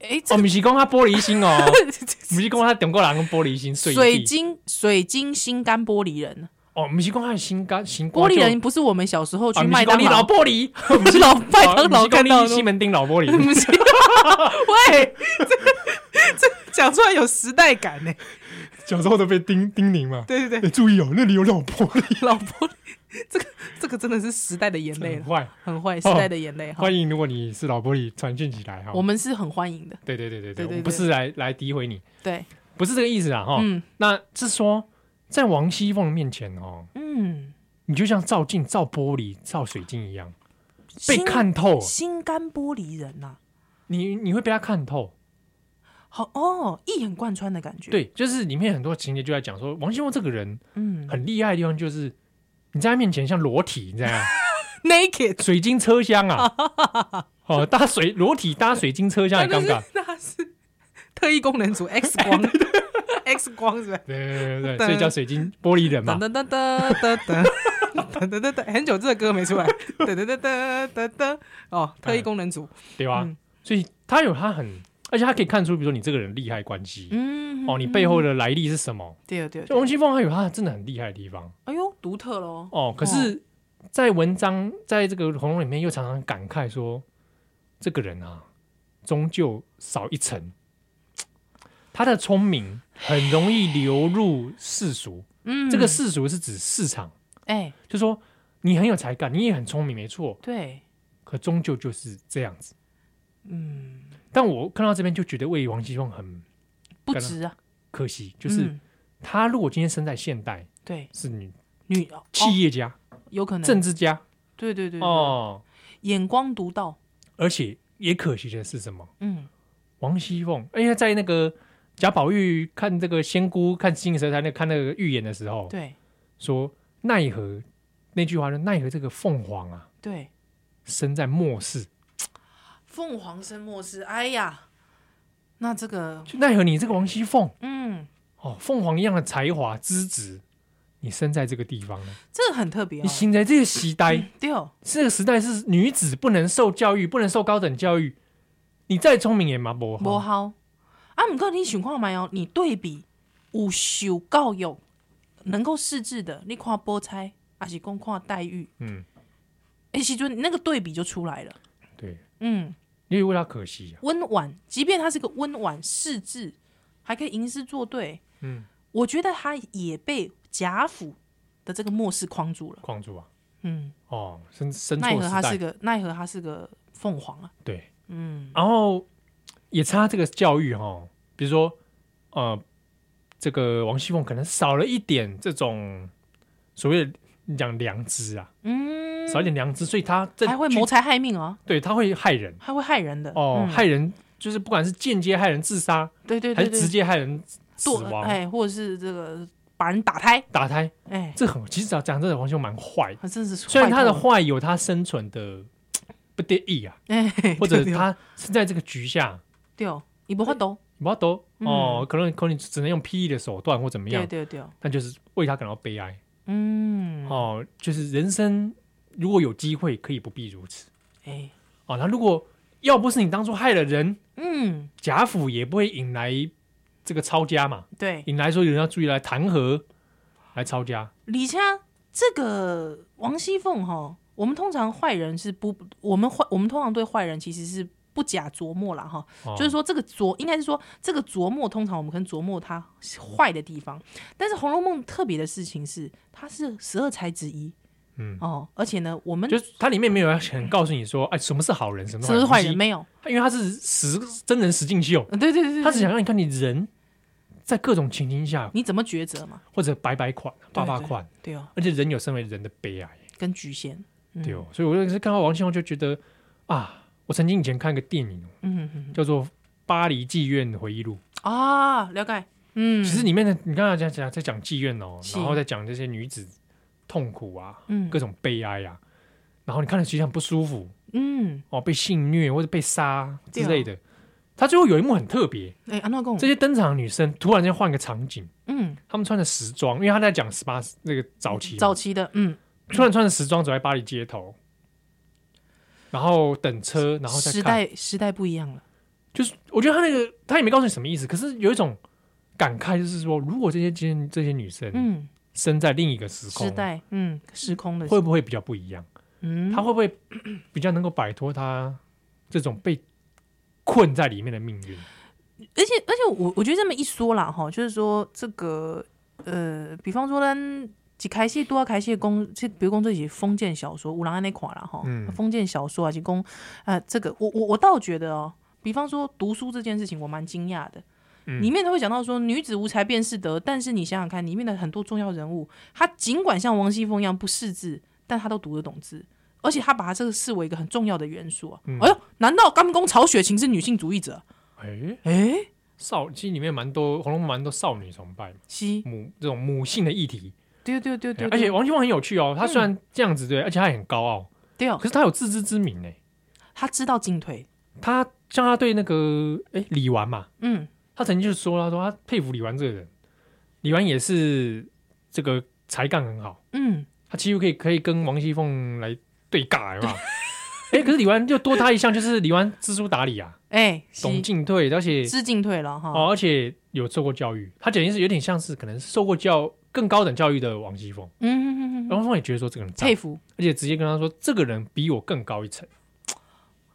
S1: 哎，
S2: 哦，
S1: 这
S2: 米奇公他玻璃心哦，
S1: (laughs)
S2: 米奇公他点过来跟玻璃心碎地，
S1: 水晶水晶心肝玻璃人，
S2: 哦，不是讲他的心肝心
S1: 玻
S2: 肝
S1: 璃
S2: 就
S1: 人不是我们小时候
S2: 啊
S1: 去
S2: 不是
S1: 麦
S2: 讲
S1: 当
S2: 你老
S1: 劳，
S2: 玻璃，哦
S1: 不是老 (laughs) 麦
S2: (laughs)
S1: 当劳看到的
S2: 西
S1: 东西。
S2: 门町老玻璃，
S1: (laughs) 不是，喂，这这讲出来有时代感呢。
S2: 小时候都被叮叮咛嘛。
S1: 对对
S2: 欸
S1: 对，
S2: 注意哦，那里有老玻璃，
S1: 老
S2: (laughs)
S1: 玻璃，这个这个真的是时代的眼泪
S2: 很
S1: 了，
S2: 坏。
S1: (laughs) 很坏，时代的眼泪哈。
S2: 欢迎，如果你是老玻璃，传讯起来哈。
S1: 我们是很欢迎的，
S2: 对对对对对，
S1: 对对
S2: 我不是来来诋毁你，
S1: 对，
S2: 不是这个意思啊哈。
S1: 嗯
S2: 那是说，在王熙凤面前哦，
S1: 嗯，
S2: 你就像照镜、照玻璃、照水晶一样，被
S1: 心
S2: 看透，
S1: 心肝玻璃人呐，
S2: 你你会被他看透。
S1: 好哦，一眼贯穿的感觉。，
S2: 对，就是里面很多情节就在讲说，王熙凤这个人
S1: 嗯
S2: 很厉害的地方就是，你在他面前像裸体，你知道吗？
S1: ，naked，
S2: 水晶车厢啊，
S1: (laughs)
S2: 哦，搭水裸体搭水晶车厢啊很尴尬。
S1: 那是特异功能组
S2: (laughs)
S1: X 光，X 光是吧？
S2: 对对对对对，所以叫水晶玻璃人嘛
S1: 噔。噔噔噔噔噔噔噔噔噔，很久这个歌没出来，噔噔噔噔噔噔，哦，特异功能
S2: (laughs)
S1: 组，
S2: 对吧、
S1: 嗯
S2: 所以他有他很，而且他可以看出，比如说你这个人利害关系、
S1: 嗯
S2: 哦，你背后的来历是什么。
S1: 对对
S2: 就
S1: 对，
S2: 王熙凤，她有她真的很厉害的地方
S1: 哎呦，独特喽，
S2: 哦。可是，在文章在这个红楼里面，又常常感慨说，这个人啊，终究少一层。他的聪明很容易流入世俗，
S1: 嗯，
S2: 这个世俗是指市场，
S1: 哎，
S2: 就说你很有才干，你也很聪明，没错，
S1: 对，
S2: 可终究就是这样子。嗯，但我看到这边就觉得为王熙凤很
S1: 不值啊，
S2: 可惜，就是
S1: 嗯
S2: 她如果今天生在现代，
S1: 对
S2: 是女
S1: 女哦
S2: 企业家、
S1: 有可能
S2: 政治家
S1: 对对对哦，
S2: 哦，
S1: 眼光独到，
S2: 而且也可惜的是什么？
S1: 嗯，
S2: 王熙凤，因为在那个贾宝玉看这个仙姑看金蛇台那看那个预言的时候，
S1: 对
S2: 说奈何那句话说奈何这个凤凰啊，
S1: 对，
S2: 生在末世，
S1: 凤凰生末世，哎呀，那这个，
S2: 就奈何你这个王熙凤。
S1: 嗯，
S2: 哦，凤凰一样的才华资质，你生在这个地方了，
S1: 这个很特别哦
S2: 你，行在这个时
S1: (laughs)
S2: 代，
S1: 对哦，
S2: 这个时代是女子不能受教育，不能受高等教育，你再聪明也嘛不
S1: 无
S2: 好。
S1: 效。啊，毋过你想看卖哦，你对比有受教育、能够识字的，你看菠菜，还是讲看黛玉，
S2: 嗯，
S1: 哎，时阵那个对比就出来了。
S2: 对，
S1: 嗯，
S2: 因为为他可惜啊，
S1: 温婉，即便他是个温婉识字，还可以吟诗作对，
S2: 嗯，
S1: 我觉得他也被贾府的这个末世框住了。
S2: 框住啊，
S1: 嗯，
S2: 哦，生生
S1: 奈
S2: 错
S1: 何
S2: 时
S1: 他是
S2: 代，
S1: 个奈何他是个凤凰啊。
S2: 对，
S1: 嗯，
S2: 然后也差这个教育哈，比如说呃，这个王熙凤可能少了一点这种所谓的你讲良知啊，
S1: 嗯，
S2: 少一点良知，所以他这
S1: 还会
S2: 剧
S1: 谋财害命啊，
S2: 对他会害人。
S1: 还会害人的。
S2: 哦，
S1: 嗯
S2: 害人就是不管是间接害人自杀，
S1: 对对
S2: 还
S1: 对
S2: 是
S1: 对，
S2: 直接害人死
S1: 堕
S2: 亡、
S1: 哎，或者是这个把人打胎，
S2: 打胎，
S1: 哎，
S2: 这很其实讲讲真的，王兄蛮坏的。
S1: 还真是
S2: 虽然他的
S1: 坏透了
S2: 坏有他生存的不得已啊，
S1: 哎，
S2: 或者
S1: 对
S2: 他是在这个局下，
S1: 对哦，你不会懂，
S2: 不要都哦，可能可能只能用 PE 的手段或怎么
S1: 嗯对
S2: 样，
S1: 对对，
S2: 但就是为他感到悲哀
S1: 嗯，
S2: 哦。就是人生如果有机会，可以不必如此
S1: 哎，
S2: 哦。那如果要不是你当初害了人，
S1: 嗯，
S2: 贾府也不会引来这个抄家嘛，
S1: 对，
S2: 引来说有人要注意来弹劾，来抄家。
S1: 李佳这个王熙凤哈，我们通常坏人是不，我们坏，我们通常对坏人其实是不假琢磨啦哈，
S2: 哦
S1: 就是说这个琢，应该是说这个琢磨，通常我们可能琢磨它坏的地方，但是《红楼梦》特别的事情是，它是十二才之一，
S2: 嗯
S1: 哦，而且呢，我们
S2: 就是它里面没有很告诉你说，哎，什么是好人，什么
S1: 什么是坏人
S2: 没，
S1: 没有，
S2: 因为它是实真人实境秀，
S1: 呃对对对对，
S2: 它只想
S1: 对
S2: 让你看你人在各种情境下，
S1: 你怎么抉择嘛，
S2: 或者白白款、爸爸款，
S1: 对哦，
S2: 而且人有身为人的悲哀，
S1: 跟局限，嗯
S2: 对哦。所以我那时看到王熙凤就觉得啊，我曾经以前看一个电影
S1: 嗯嗯
S2: 叫做《巴黎妓院回忆录》，
S1: 嗯啊，了解，嗯，
S2: 其实里面的你刚才讲讲在讲妓院哦，
S1: 是
S2: 然后再讲这些女子痛苦啊，
S1: 嗯
S2: 各种悲哀啊，然后你看了其实很不舒服
S1: 嗯，
S2: 哦，被性虐或者被杀之
S1: 对啊
S2: 类的。他最后有一幕很特别，
S1: 哎，安娜贡
S2: 这，些登场的女生突然间换个场景，
S1: 嗯，
S2: 她们穿着时装，因为她在讲十八那个早期嘛，
S1: 早期的，嗯，
S2: 突然穿着时装走在巴黎街头，然后等车，然后再看
S1: 时代时代不一样了，
S2: 就是我觉得她那个她也没告诉你什么意思，可是有一种感慨，就是说，如果这些今天这些女生，
S1: 嗯，
S2: 身在另一个时空，
S1: 时代，嗯，时空的，
S2: 会不会比较不一样？
S1: 嗯，
S2: 她会不 (clears throat) 会比较能够摆脱她这种被困在里面的命运？
S1: 而且而且我我觉得这么一说啦，哈，就是说这个呃，比方说咱一开始多要开始讲，这比如讲这些封建小说，有人安尼看啦哈，
S2: 嗯
S1: 封建小说啊，是讲呃，这个我我我倒觉得哦，比方说读书这件事情，我蛮惊讶的。
S2: 嗯
S1: 里面他会讲到说，女子无才便是德，但是你想想看，里面的很多重要人物，他尽管像王熙凤一样不识字，但他都读得懂字，而且他把他这个视为一个很重要的元素、啊。
S2: 嗯
S1: 哎呦，难道甘公曹雪芹是女性主义者？
S2: 哎、
S1: 哎、
S2: 少其实里面蛮多《红楼梦》蛮多少女崇拜
S1: 西，
S2: 母这种母性的议题，
S1: 对对对对，
S2: 而且王熙凤很有趣哦，她虽然这样子对，而且她也很高傲，
S1: 对哦
S2: 可，是她有自知之明呢。欸
S1: 他知道进退，
S2: 她像她对那个哎、李纨嘛，
S1: 嗯，
S2: 她曾经就说，她说她佩服李纨这个人，李纨也是这个才干很好。
S1: 嗯，
S2: 他几乎可以可以跟王熙凤来对
S1: (laughs)
S2: 尬，是吧？哎、可是李纨就多他一项，就是李纨知书达理啊，
S1: 哎、
S2: 懂
S1: 西
S2: 进退，而且
S1: 知进退了哈，
S2: 哦，而且有受过教育，他简直是有点像是可能受过教更高等教育的王熙凤。
S1: 嗯，嗯嗯嗯
S2: 王熙凤也觉得说这个人赞
S1: 佩，服
S2: 而且直接跟他说，这个人比我更高一层。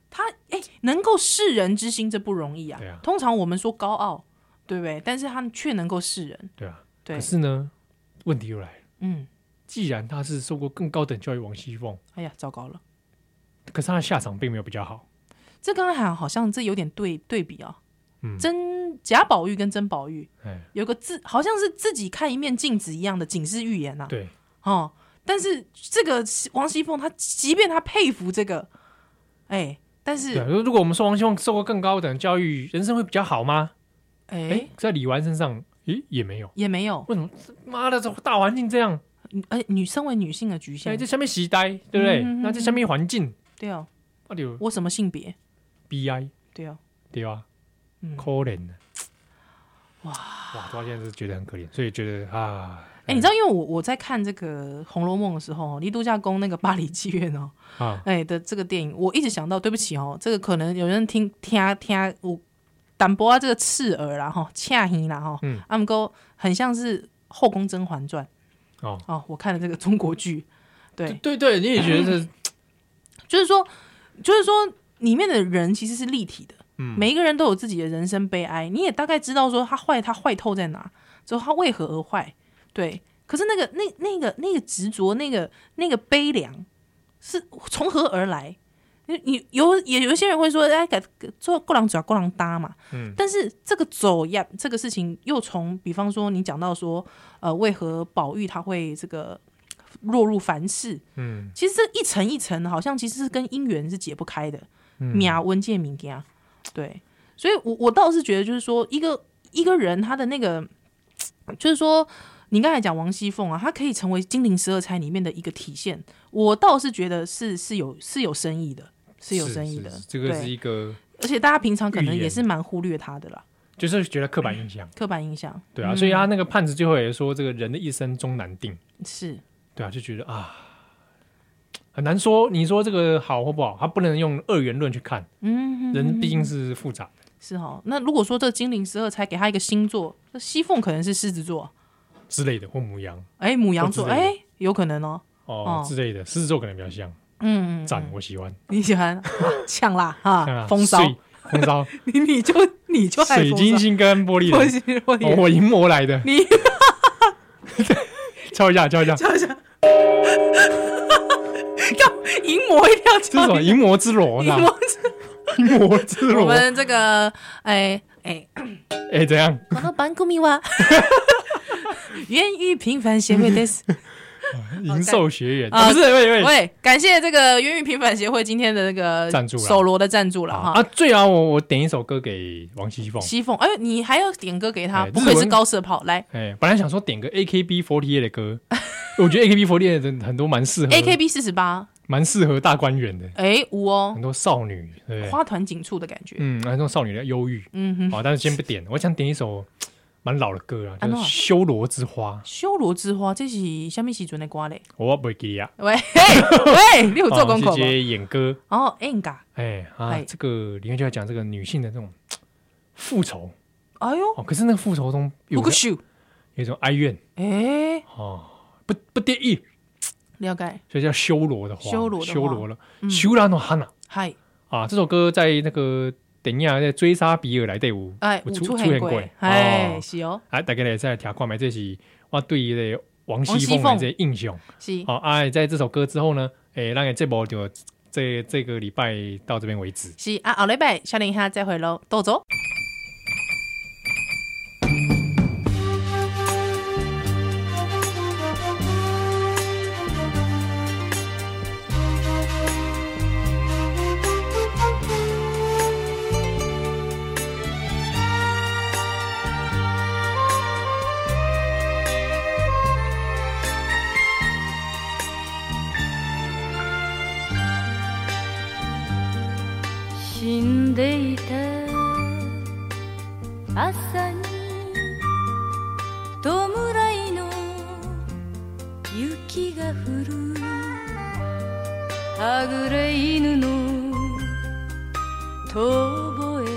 S1: 他，哎、能够世人之心，这不容易啊。
S2: 对啊
S1: 通常我们说高傲，对不对？但是他却能够世人，
S2: 对啊，
S1: 对
S2: 可，是呢，问题又来了，
S1: 嗯，
S2: 既然他是受过更高等教育王熙凤，
S1: 哎呀，糟糕了，
S2: 可是他的下场并没有比较好。
S1: 这刚才好像这有点对对比啊，
S2: 嗯
S1: 甄贾宝玉跟甄宝玉
S2: 哎，
S1: 有个自，好像是自己看一面镜子一样的警示预言呐、啊，
S2: 对，
S1: 哦，但是这个王熙凤，她即便她佩服这个，哎、但
S2: 对啊。
S1: 是
S2: 如果我们说王熙凤受过更高等教育，人生会比较好吗？
S1: 哎、
S2: 哎、在李纨身上，咦，也没有。
S1: 也没有，
S2: 为什么这妈的这大环境这样？
S1: 哎、女身为女性的局
S2: 哎，
S1: 限
S2: 这，下面时代，对不对？
S1: 嗯嗯嗯
S2: 那这下面环境，
S1: 对哦，
S2: 啊，就
S1: 我什么性别？
S2: 悲哀，
S1: 对哦，
S2: 对吧？
S1: 嗯
S2: 可怜的，哇哇！突然现在是觉得很可怜，所以觉得啊，
S1: 哎、你知道，因为我我在看这个《红楼梦》的时候，哦离度假宫那个巴黎妓院哦， (laughs)
S2: 道啊，
S1: 哎、的这个电影，我一直想到，对不起哦，这个可能有人听听听我淡薄啊，这个刺耳啦哈，恰音啦哈，
S2: 嗯
S1: 阿姆哥很像是《后宫甄嬛传》
S2: 哦，
S1: 哦，我看了这个中国剧，对
S2: 对，对对，你也觉得是，
S1: 就是说，就是说，里面的人其实是立体的，
S2: 嗯
S1: 每一个人都有自己的人生悲哀，你也大概知道说他坏，他坏透在哪，之后他为何而坏，对。可是那个那那个那个执着，那个那个悲凉，是从何而来？你你有也有一些人会说，哎，改做过狼爪过狼搭嘛，
S2: 嗯
S1: 但是这个走呀，这个事情又从，比方说你讲到说，呃，为何宝玉他会这个落入凡世，
S2: 嗯，
S1: 其实这一层一层，好像其实是跟姻缘是解不开的，
S2: 嗯
S1: 秒文件名件，啊对，所以我我倒是觉得，就是说一个一个人他的那个，就是说你刚才讲王熙凤啊，她可以成为金陵十二钗里面的一个体现，我倒是觉得是是有是有深意的，是有深意的
S2: 是，这个是
S1: 对
S2: 一个
S1: 而且大家平常可能
S2: 预言
S1: 也是蛮忽略他的啦，
S2: 就是觉得刻板印象，
S1: 刻板印象
S2: 对啊，所以他那个判子最后也说，这个人的一生终难定，
S1: 是
S2: 对啊，就觉得啊，很难说。你说这个好或不好，他不能用二元论去看，嗯，人毕竟是复杂的，
S1: 是哦。那如果说这精灵十二钗给他一个星座，那西凤可能是狮子座，
S2: 之类的，或母羊
S1: 哎，母羊座，
S2: 或之类的
S1: 哎，有可能哦。
S2: 哦
S1: 哦
S2: 之类的，狮子座可能比较像，
S1: 嗯，
S2: 赞，我喜欢，
S1: 你喜欢呛辣哈，
S2: 啊
S1: 风骚，
S2: 水
S1: (laughs)
S2: 风骚，
S1: 你你就你就爱 (laughs)
S2: 水晶心跟玻璃
S1: 风
S2: 人，
S1: 骚，我
S2: 哦我银魔来的，
S1: 你
S2: (laughs) 敲一下，
S1: (laughs)
S2: 敲一下，
S1: 叫一下，要淫魔一定要
S2: 这是
S1: 叫
S2: 什么
S1: 一下
S2: 银魔之罗
S1: 淫
S2: 啦，
S1: 魔，
S2: (laughs) 银魔之
S1: 我
S2: 罗，
S1: 们这个哎哎，
S2: 哎，怎样？
S1: この番組は源于平凡协会です。
S2: 银兽学院
S1: 啊
S2: 啊，不是，喂喂。
S1: 喂，感谢这个源于平凡协会今天的那个
S2: 赞助啦
S1: 手罗的赞助了
S2: 啊，
S1: 哈。
S2: 最好我我点一首歌给王熙凤，
S1: 西凤，哎，你还要点歌给他，
S2: 哎
S1: 不愧
S2: 日
S1: 是
S2: 文
S1: 高射炮。来
S2: 哎，本来想说点个 A K B 4 8的歌，我觉得 A K B 4 8的很多蛮适合
S1: ，A K B 四十八，
S2: 蛮适合大观园的，
S1: 哎，五哦
S2: 很，多少女，对不对？
S1: 花团锦簇的感觉。
S2: 嗯，很多少女的忧郁，
S1: 哦
S2: 哦
S1: 嗯哼，
S2: 好，但是先不点，我想点一首蛮老的歌啊，
S1: 啊
S2: 叫
S1: 哪
S2: 《修罗之花》，
S1: 修罗之花，这是虾米时阵的歌嘞？
S2: 我不会给啊，
S1: 喂嘿喂，你有做
S2: 哦
S1: 功课
S2: 谢
S1: 吗？
S2: 谢演歌，
S1: 哦，Enga，
S2: 哎啊，
S1: 哎
S2: 这个里面就要讲这个女性的这种复仇
S1: 哎呦，
S2: 哦，可是那个复仇中有
S1: 不个
S2: 一种
S1: 秀，
S2: 有一种哀怨
S1: 哎，
S2: 哦，不不得意，
S1: 了解，
S2: 所以叫修罗的花，
S1: 修罗的花嗯
S2: 修罗了，修罗诺哈娜。
S1: 嗨，
S2: 啊，这首歌在那个等一下在追杀比尔来队伍，
S1: 哎，
S2: 有
S1: 五
S2: 出
S1: 出
S2: 出
S1: 很
S2: 现
S1: 贵
S2: 过，，
S1: 哎，
S2: 哦
S1: 是哦，
S2: 啊，大家来再来听看麦，这是我对于这个王熙凤的这个印象。
S1: 是，
S2: 好啊，在这首歌之后呢，诶，那个这波就这这个礼拜到这边为止。
S1: 是啊，后礼拜小林下再会喽，豆走。
S5: 死んでいた朝に弔いの雪が降るはぐれ犬の遠吠え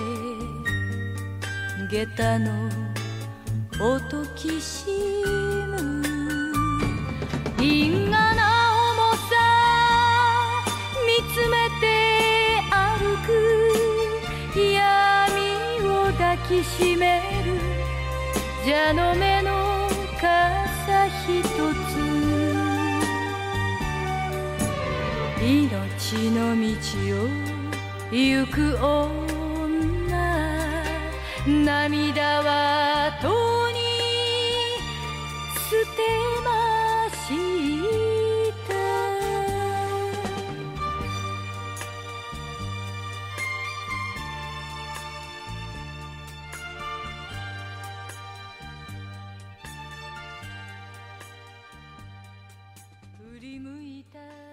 S5: 下駄の音きしむ因果な重さ見つめて歩く闇を抱きしめる蛇の目の傘ひとつ命の道を行く女涙はとに捨てました振り向いた